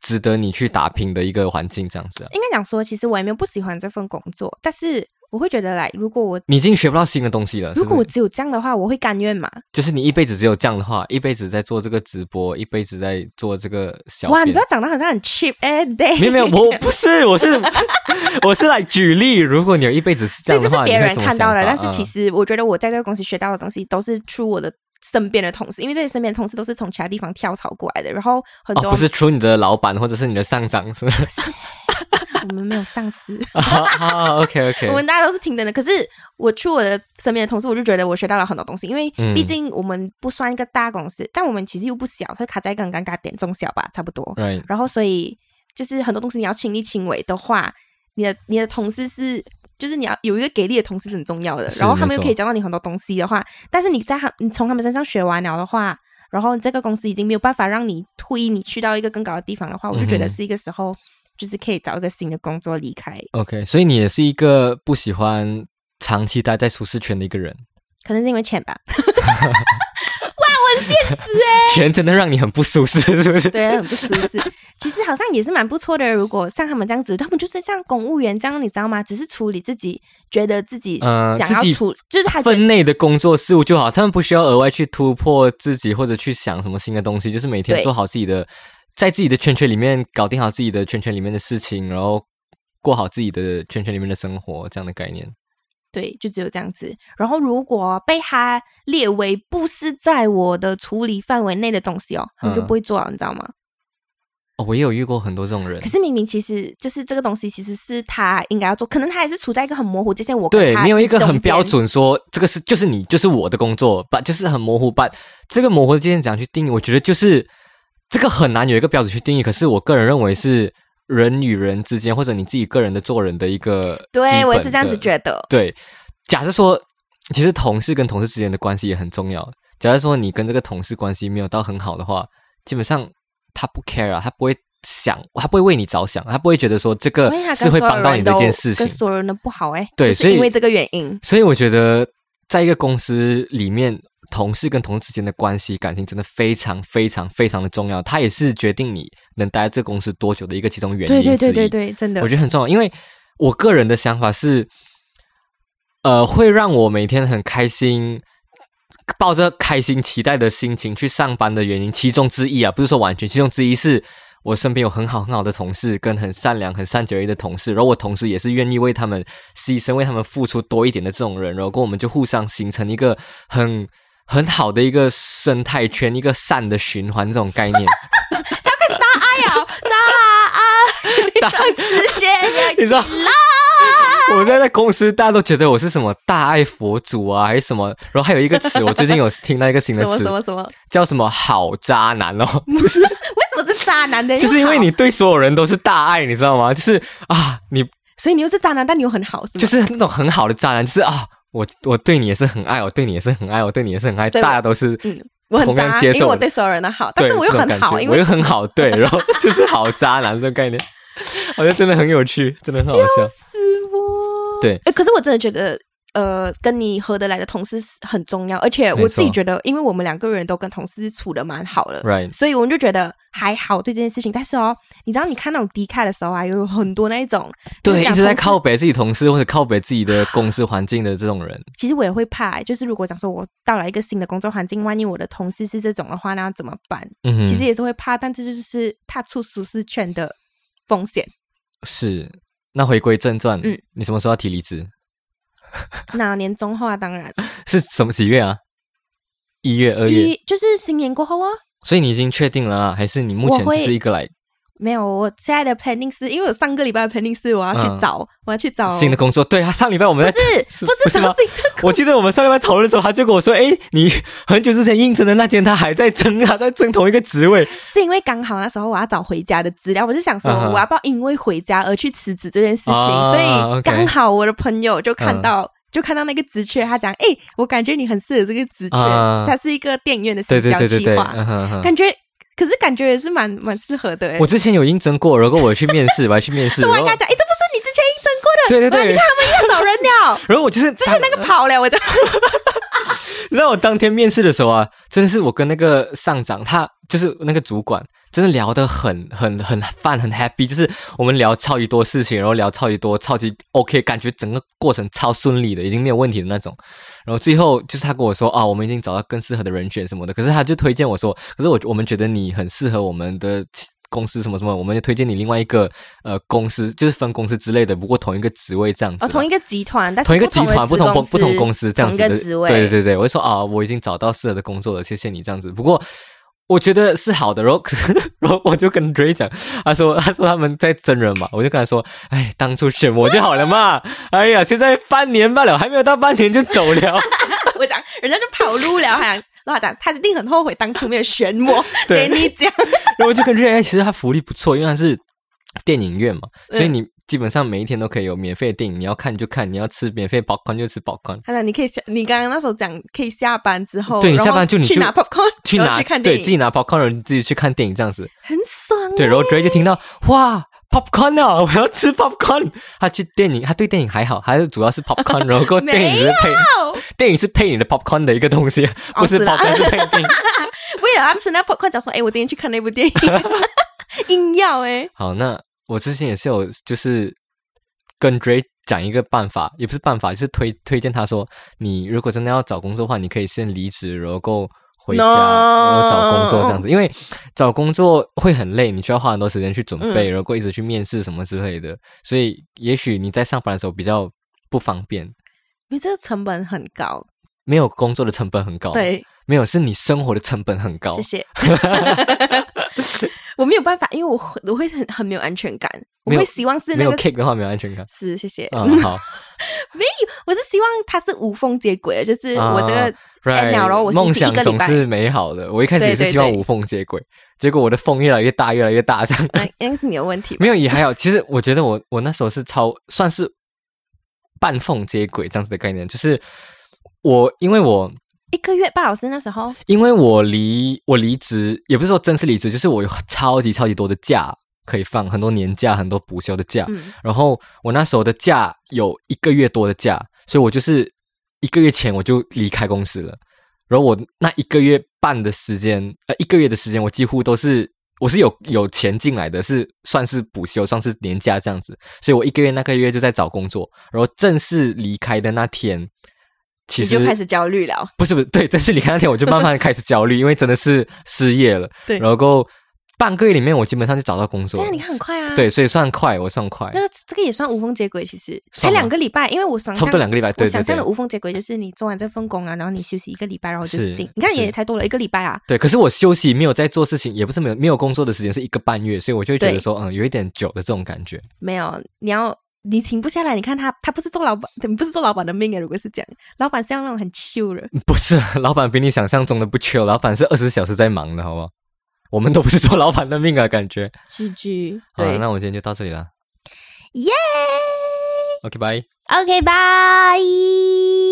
Speaker 1: 值得你去打拼的一个环境，这样子、啊。
Speaker 2: 应该讲说，其实我也没有不喜欢这份工作，但是我会觉得来，如果我
Speaker 1: 你已经学不到新的东西了。
Speaker 2: 如果
Speaker 1: 呃是
Speaker 2: 我
Speaker 1: 不是
Speaker 2: 只有这样的话，我会甘愿嘛？
Speaker 1: 就是你一辈子只有这样的话，一辈子在做这个直播，一辈子在做这个小
Speaker 2: 哇，
Speaker 1: 编
Speaker 2: 你不要讲的好像很 cheap 哎、对，
Speaker 1: 没有没有，我不是，我 是我是来举例。如果你有一辈子是这
Speaker 2: 所以
Speaker 1: 样的
Speaker 2: 这是
Speaker 1: 话，
Speaker 2: 别
Speaker 1: 你会
Speaker 2: 人
Speaker 1: 什么
Speaker 2: 看到
Speaker 1: 想
Speaker 2: 了，
Speaker 1: 法
Speaker 2: 但是其
Speaker 1: 嗯
Speaker 2: 实我觉得我在这个公司学到的东西都是出我的身边的同事，因为这些身边的同事都是从其他地方跳槽过来的，然后很
Speaker 1: 哦，
Speaker 2: 多、
Speaker 1: 不是出你的老板或者是你的 上长，是不 是？
Speaker 2: 我们没有上 司，
Speaker 1: 啊，OK OK，
Speaker 2: 我们大家都是平等的。可是我去我的身边的同事，我就觉得我学到了很多东西，因为
Speaker 1: 嗯
Speaker 2: 毕竟我们不算一个大公司，但我们其实又不小，所以卡在一个很尴尬点，中小吧，差不多。
Speaker 1: Right，
Speaker 2: 然后所以就是很多东西你要亲力亲为的话，你的你的同事是。就是你要有一个给力的同事是很重要的，
Speaker 1: 是
Speaker 2: 然后他
Speaker 1: 没
Speaker 2: 们又
Speaker 1: 错
Speaker 2: 可以教到你很多东西的话，但是你在他你从他们身上学完了的话，然后这个公司已经没有办法让你推你去到一个更高的地方的话，我就觉
Speaker 1: 嗯
Speaker 2: 得
Speaker 1: 哼
Speaker 2: 是一个时候，就是可以找一个新的工作离开，
Speaker 1: OK，所以你也是一个不喜欢长期待在舒适圈的一个人。
Speaker 2: 可能是因为钱吧。哇，我很现实哎、
Speaker 1: 钱真的让你很不舒适，是不是？
Speaker 2: 对，很不舒适。 其实好像也是蛮不错的。如果像他们这样子，他们就是像公务员这样，你知道吗？只是处理自己觉得自己
Speaker 1: 呃
Speaker 2: 想要
Speaker 1: 自己
Speaker 2: 处，就是他觉得
Speaker 1: 分内的工作事务就好，他们不需要额外去突破自己或者去想什么新的东西，就是每天
Speaker 2: 对
Speaker 1: 做好自己的，在自己的圈圈里面搞定好自己的圈圈里面的事情，然后过好自己的圈圈里面的生活，这样的概念。
Speaker 2: 对，就只有这样子。然后如果被他列为不是在我的处理范围内的东西哦，他们就
Speaker 1: 嗯
Speaker 2: 不会做了，你知道吗？
Speaker 1: 哦，我也有遇过很多这种人
Speaker 2: 可，是明明其实就是这个东西，其实是他应该要做，可能他还是处在一个很模糊界限。我跟
Speaker 1: 对，
Speaker 2: 他
Speaker 1: 没有一个
Speaker 2: 之
Speaker 1: 很
Speaker 2: 中间
Speaker 1: 标。准说这个是就是你就是我的工作，把就是很模糊把这个模糊的界限怎样去定义？我觉得就是这个很难有一个标准去定义。可是我个人认为是人与人之间，或者你自己个人的做人的一个
Speaker 2: 对，我也是这样子
Speaker 1: 觉。
Speaker 2: 觉得。
Speaker 1: 对，假设说，其实同事跟同事之间的关系也很重要。假设说你跟这个同事关系没有到很好的话，基本上他不 care 啊，他不会想，他不会为你着想，他不会觉得说这个
Speaker 2: 因为他
Speaker 1: 呃是
Speaker 2: 跟
Speaker 1: 会
Speaker 2: 所有
Speaker 1: 帮到你
Speaker 2: 人
Speaker 1: 的
Speaker 2: 都
Speaker 1: 一件事情
Speaker 2: 跟。所有人都不好哎、
Speaker 1: 对
Speaker 2: 就是
Speaker 1: 所以
Speaker 2: 因为这个原因，
Speaker 1: 所以我觉得，在一个公司里面，同事跟同事之间的关系感情真的非常非常非常的重要，它也是决定你能待在这个公司多久的一个其中原因
Speaker 2: 对对
Speaker 1: 之
Speaker 2: 对
Speaker 1: 一
Speaker 2: 对对，真的
Speaker 1: 我，觉得很重要，因为我个人的想法是，呃，会让我每天很开心，抱着开心期待的心情去上班的原因，其中之一啊，不是说完全，其中之一是我身边有很好很好的同事，跟很善良、很善解人意的同事，然后我同时也是愿意为他们牺牲、为他们付出多一点的这种人，然后跟我们就互相形成一个很。很好的一个生态圈，一个善的循环这种概念。
Speaker 2: 哎呀， 大爱，让世界亮
Speaker 1: 你知道
Speaker 2: 起来。
Speaker 1: 我在在公司，大家都觉得我是什么大爱佛祖啊，还是什么？然后还有一个词，我最近有听到一个新的
Speaker 2: 什么
Speaker 1: 词
Speaker 2: 什，么什么？
Speaker 1: 叫什么“好渣男”哦，
Speaker 2: 为什么是渣男的？
Speaker 1: 就是因为
Speaker 2: 又好，
Speaker 1: 你对所有人都是大爱，你知道吗？就是啊，你
Speaker 2: 所以你又是渣男，但你又很好，是吗？
Speaker 1: 就是那种很好的渣男，就是啊，我我对你也是很爱，我对你也是很爱，我对你也是很爱，
Speaker 2: 所以我
Speaker 1: 大家都是
Speaker 2: 嗯，我很
Speaker 1: 同样
Speaker 2: 渣，
Speaker 1: 接
Speaker 2: 因为
Speaker 1: 受
Speaker 2: 我对所有人都好，但
Speaker 1: 对
Speaker 2: 是我又
Speaker 1: 这种
Speaker 2: 很
Speaker 1: 感
Speaker 2: 好，
Speaker 1: 觉，
Speaker 2: 因
Speaker 1: 我
Speaker 2: 为
Speaker 1: 又很好，对，然后就是好渣男这种概念， 我觉得真的很有趣，真的很好笑。
Speaker 2: 是我。
Speaker 1: 对
Speaker 2: 哎，可是我真的觉得。呃，跟你合得来的同事是很重要，而且
Speaker 1: 没
Speaker 2: 我
Speaker 1: 错
Speaker 2: 自己觉得，因为我们两个人都跟同事处的蛮好的
Speaker 1: Right
Speaker 2: 所以我们就觉得还好对这件事情。但是哦，你知道你看那种低卡的时候啊，有很多那一种就是
Speaker 1: 对，一
Speaker 2: 讲
Speaker 1: 直在
Speaker 2: 同事
Speaker 1: 靠北自己同事或者靠北自己 的公司环境的这种人，
Speaker 2: 其实我也会怕、欸就是如果讲说我到了一个新的工作环境，万一我的同事是这种的话，那要怎么办？
Speaker 1: 嗯哼，
Speaker 2: 其实也是会怕，但这就是踏出舒适圈的风险。
Speaker 1: 是，那回归正传，
Speaker 2: 嗯
Speaker 1: 你什么时候要提离职？
Speaker 2: 那年终后啊，当然
Speaker 1: 是什么几月啊？一月、二月，
Speaker 2: 一就是新年过后哦。
Speaker 1: 所以你已经确定了啦，还是你目
Speaker 2: 我
Speaker 1: 前只
Speaker 2: 会
Speaker 1: 是一个来
Speaker 2: 没有，我现在的 planning 是因为我上个礼拜的 planning 是我要
Speaker 1: 嗯
Speaker 2: 去找，我要去找
Speaker 1: 新的工作？对啊，上礼拜我们
Speaker 2: 哦不
Speaker 1: 在，
Speaker 2: 是
Speaker 1: 是
Speaker 2: 不
Speaker 1: 不是
Speaker 2: 是
Speaker 1: 吗
Speaker 2: 找新的
Speaker 1: 我记得我们上礼拜讨论的时候，他就跟我说：“哎，你很久之前应征的那间，他还在争，啊还在争同一个职 位。
Speaker 2: 是因为刚好那时候我要找回家的资料，我就想说
Speaker 1: 嗯哼
Speaker 2: 我要不要因为回家而去辞职这件事情，
Speaker 1: 啊
Speaker 2: 所
Speaker 1: OK 嗯
Speaker 2: 以刚好我的朋友就看到。就看到那个职缺，他讲：“哎、我感觉你很适合这个职缺，
Speaker 1: 啊
Speaker 2: 它是一个电影院的”
Speaker 1: 对
Speaker 2: 行
Speaker 1: 对
Speaker 2: 销
Speaker 1: 对对
Speaker 2: 计
Speaker 1: 对，
Speaker 2: 划，
Speaker 1: 嗯哼哼
Speaker 2: 感觉可是感觉也是蛮蛮适合的、欸。
Speaker 1: 我之前有应征过，然后我去面试，我还去面 试，
Speaker 2: 我
Speaker 1: 然
Speaker 2: 还
Speaker 1: 后
Speaker 2: 跟他讲：“哎、这不是你之前应征过的？
Speaker 1: 对对对
Speaker 2: 哇你看他们又找人了，
Speaker 1: 然后我就是
Speaker 2: 之前那个跑了，我就
Speaker 1: 你知道我当天面试的时候啊，真的是我跟那个上长，他就是那个主管，真的聊得很很很 fun，很 happy，就是我们聊超级多事情，然后聊超级多，超级 OK，感觉整个过程超顺利的，已经没有问题的那种。然后最后就是他跟我说啊，我们已经找到更适合的人选什么的，可是他就推荐我说，可是我我们觉得你很适合我们的。公司什么什么，我们就推荐你另外一个呃公司，就是分公司之类的，不过同一个职位这样子啦。
Speaker 2: 哦，同一个集团，但是
Speaker 1: 同一个集
Speaker 2: 的
Speaker 1: 团、不
Speaker 2: 子
Speaker 1: 同
Speaker 2: 公
Speaker 1: 不同公司这样子
Speaker 2: 同一
Speaker 1: 的
Speaker 2: 个职位，
Speaker 1: 对对对对，我就说啊，我已经找到适合的工作了，谢谢你这样子。不过我觉得是好的，然后 然后我就跟 Ray 讲，他说他说他们在真人嘛，我就跟他说，哎，当初选我就好了嘛， 哎呀，现在半年罢了，还没有到半年就走了，
Speaker 2: 我讲，人家就跑路了，还讲，然后他讲他一定很后悔当初没有选我，
Speaker 1: 对
Speaker 2: 给你讲，
Speaker 1: 然后我就跟 Ray，哎其实他福利不错，因为他是电影院嘛，
Speaker 2: 嗯
Speaker 1: 所以你。基本上每一天都可以有免费的电影，你要看就看，你要吃免费 popcorn 就吃 popcorn，
Speaker 2: 他讲你可以下，你刚刚那时候讲可以下班之后，
Speaker 1: 对你
Speaker 2: 然后
Speaker 1: 下班就你
Speaker 2: 去
Speaker 1: 就
Speaker 2: 拿 popcorn，
Speaker 1: 去
Speaker 2: 然后
Speaker 1: 拿
Speaker 2: 去看电
Speaker 1: 对
Speaker 2: 影，
Speaker 1: 自己拿 popcorn，然后你自己去看电影这样子。
Speaker 2: 很爽啊，
Speaker 1: 对，然后 Dre 就听到哇，popcorn 啊，我要吃 popcorn。他去电影，他对电影还好，还是主要是 popcorn，然后过后电影是配
Speaker 2: 没有
Speaker 1: 电影是配你的 popcorn 的一个东西，不是
Speaker 2: 是啦
Speaker 1: popcorn 是配电影。
Speaker 2: 为了要吃那 popcorn 讲说，哎、我今天去看那 部电影，硬要哎、
Speaker 1: 好，那我之前也是有就是跟 Dray 讲一个办法，也不是办法，就是推推荐他说，你如果真的要找工作的话，你可以先离职，然后够回家
Speaker 2: No
Speaker 1: 然后找工作这样子，因为找工作会很累，你需要花很多时间去准
Speaker 2: 嗯
Speaker 1: 备，然后过一直去面试什么之类的，所以也许你在上班的时候比较不方便，
Speaker 2: 因为这个成本很高。
Speaker 1: 没有工作的成本很高，，
Speaker 2: 对，
Speaker 1: 没有是你生活的成本很高
Speaker 2: 谢，谢。
Speaker 1: 哦
Speaker 2: 我没有办法，因为我会我会很很没有安全感，我
Speaker 1: 没有
Speaker 2: 会希望是
Speaker 1: 没
Speaker 2: 那
Speaker 1: 有
Speaker 2: 个
Speaker 1: cake 的话没有安全感。
Speaker 2: 是谢谢，
Speaker 1: 嗯，好，
Speaker 2: 我是希望它是无缝接轨的，就是
Speaker 1: 啊
Speaker 2: 我这个、
Speaker 1: right,
Speaker 2: 然后哎我是
Speaker 1: 梦
Speaker 2: 一
Speaker 1: 想
Speaker 2: 个礼
Speaker 1: 总
Speaker 2: 拜
Speaker 1: 是美好的。我一开始
Speaker 2: 对
Speaker 1: 也是
Speaker 2: 对
Speaker 1: 希望
Speaker 2: 对
Speaker 1: 无缝接轨，结果我的缝越来越大，越来越大，这样
Speaker 2: 哎，应该是你的问题吧
Speaker 1: 没？有也还好。其实我觉得我我那时候是超算是半缝接轨这样子的概念，就是我因为我
Speaker 2: 一个月吧，老师那时候
Speaker 1: 因为我离我离职，也不是说正式离职，就是我有超级超级多的假可以放，很多年假，很多补休的假。
Speaker 2: 嗯
Speaker 1: 然后我那时候的假有一个月多的假，所以我就是一个月前我就离开公司了。然后我那一个月半的时间，呃，一个月的时间，我几乎都是我是有有钱进来的，是算是补休，算是年假这样子。所以我一个月那个月就在找工作，然后正式离开的那天，其
Speaker 2: 你
Speaker 1: 实
Speaker 2: 就开始焦虑了，
Speaker 1: 不是不是，对，但是你看那天我就慢慢地开始焦虑，因为真的是失业了。
Speaker 2: 对
Speaker 1: 然后半个月里面我基本上就找到工
Speaker 2: 对
Speaker 1: 作
Speaker 2: 啊，
Speaker 1: 了。
Speaker 2: 你看很快啊，
Speaker 1: 对，所以算快，我算快
Speaker 2: 那，个这个也算无缝接轨，其实才
Speaker 1: 算吗
Speaker 2: 两个礼拜，因为我想
Speaker 1: 差
Speaker 2: 象
Speaker 1: 不多两个礼拜。
Speaker 2: 我
Speaker 1: 对对
Speaker 2: 想象的
Speaker 1: 对，
Speaker 2: 无缝接轨就是你做完这份工啊，然后你休息一个礼拜，然后就是进。你看也
Speaker 1: 是
Speaker 2: 才多了一个礼拜啊，
Speaker 1: 对。可是我休息没有在做事情，也不是没有没有工作的时间，是一个半月，所以我就会觉得
Speaker 2: 对
Speaker 1: 说，嗯，有一点久的这种感觉。
Speaker 2: 没有，你要你停不下来。你看他，他不是做老板，你不是做老板的命啊。如果是这样，老板是要那种很 chill 的，
Speaker 1: 不是，老板比你想象中的不 chill，老板是二十小时在忙的，好不好？我们都不是做老板的命啊，感觉。
Speaker 2: 居居
Speaker 1: 好了，
Speaker 2: 对
Speaker 1: 啊那我今天就到这里了。
Speaker 2: 耶
Speaker 1: OK，拜。
Speaker 2: ，OK，拜。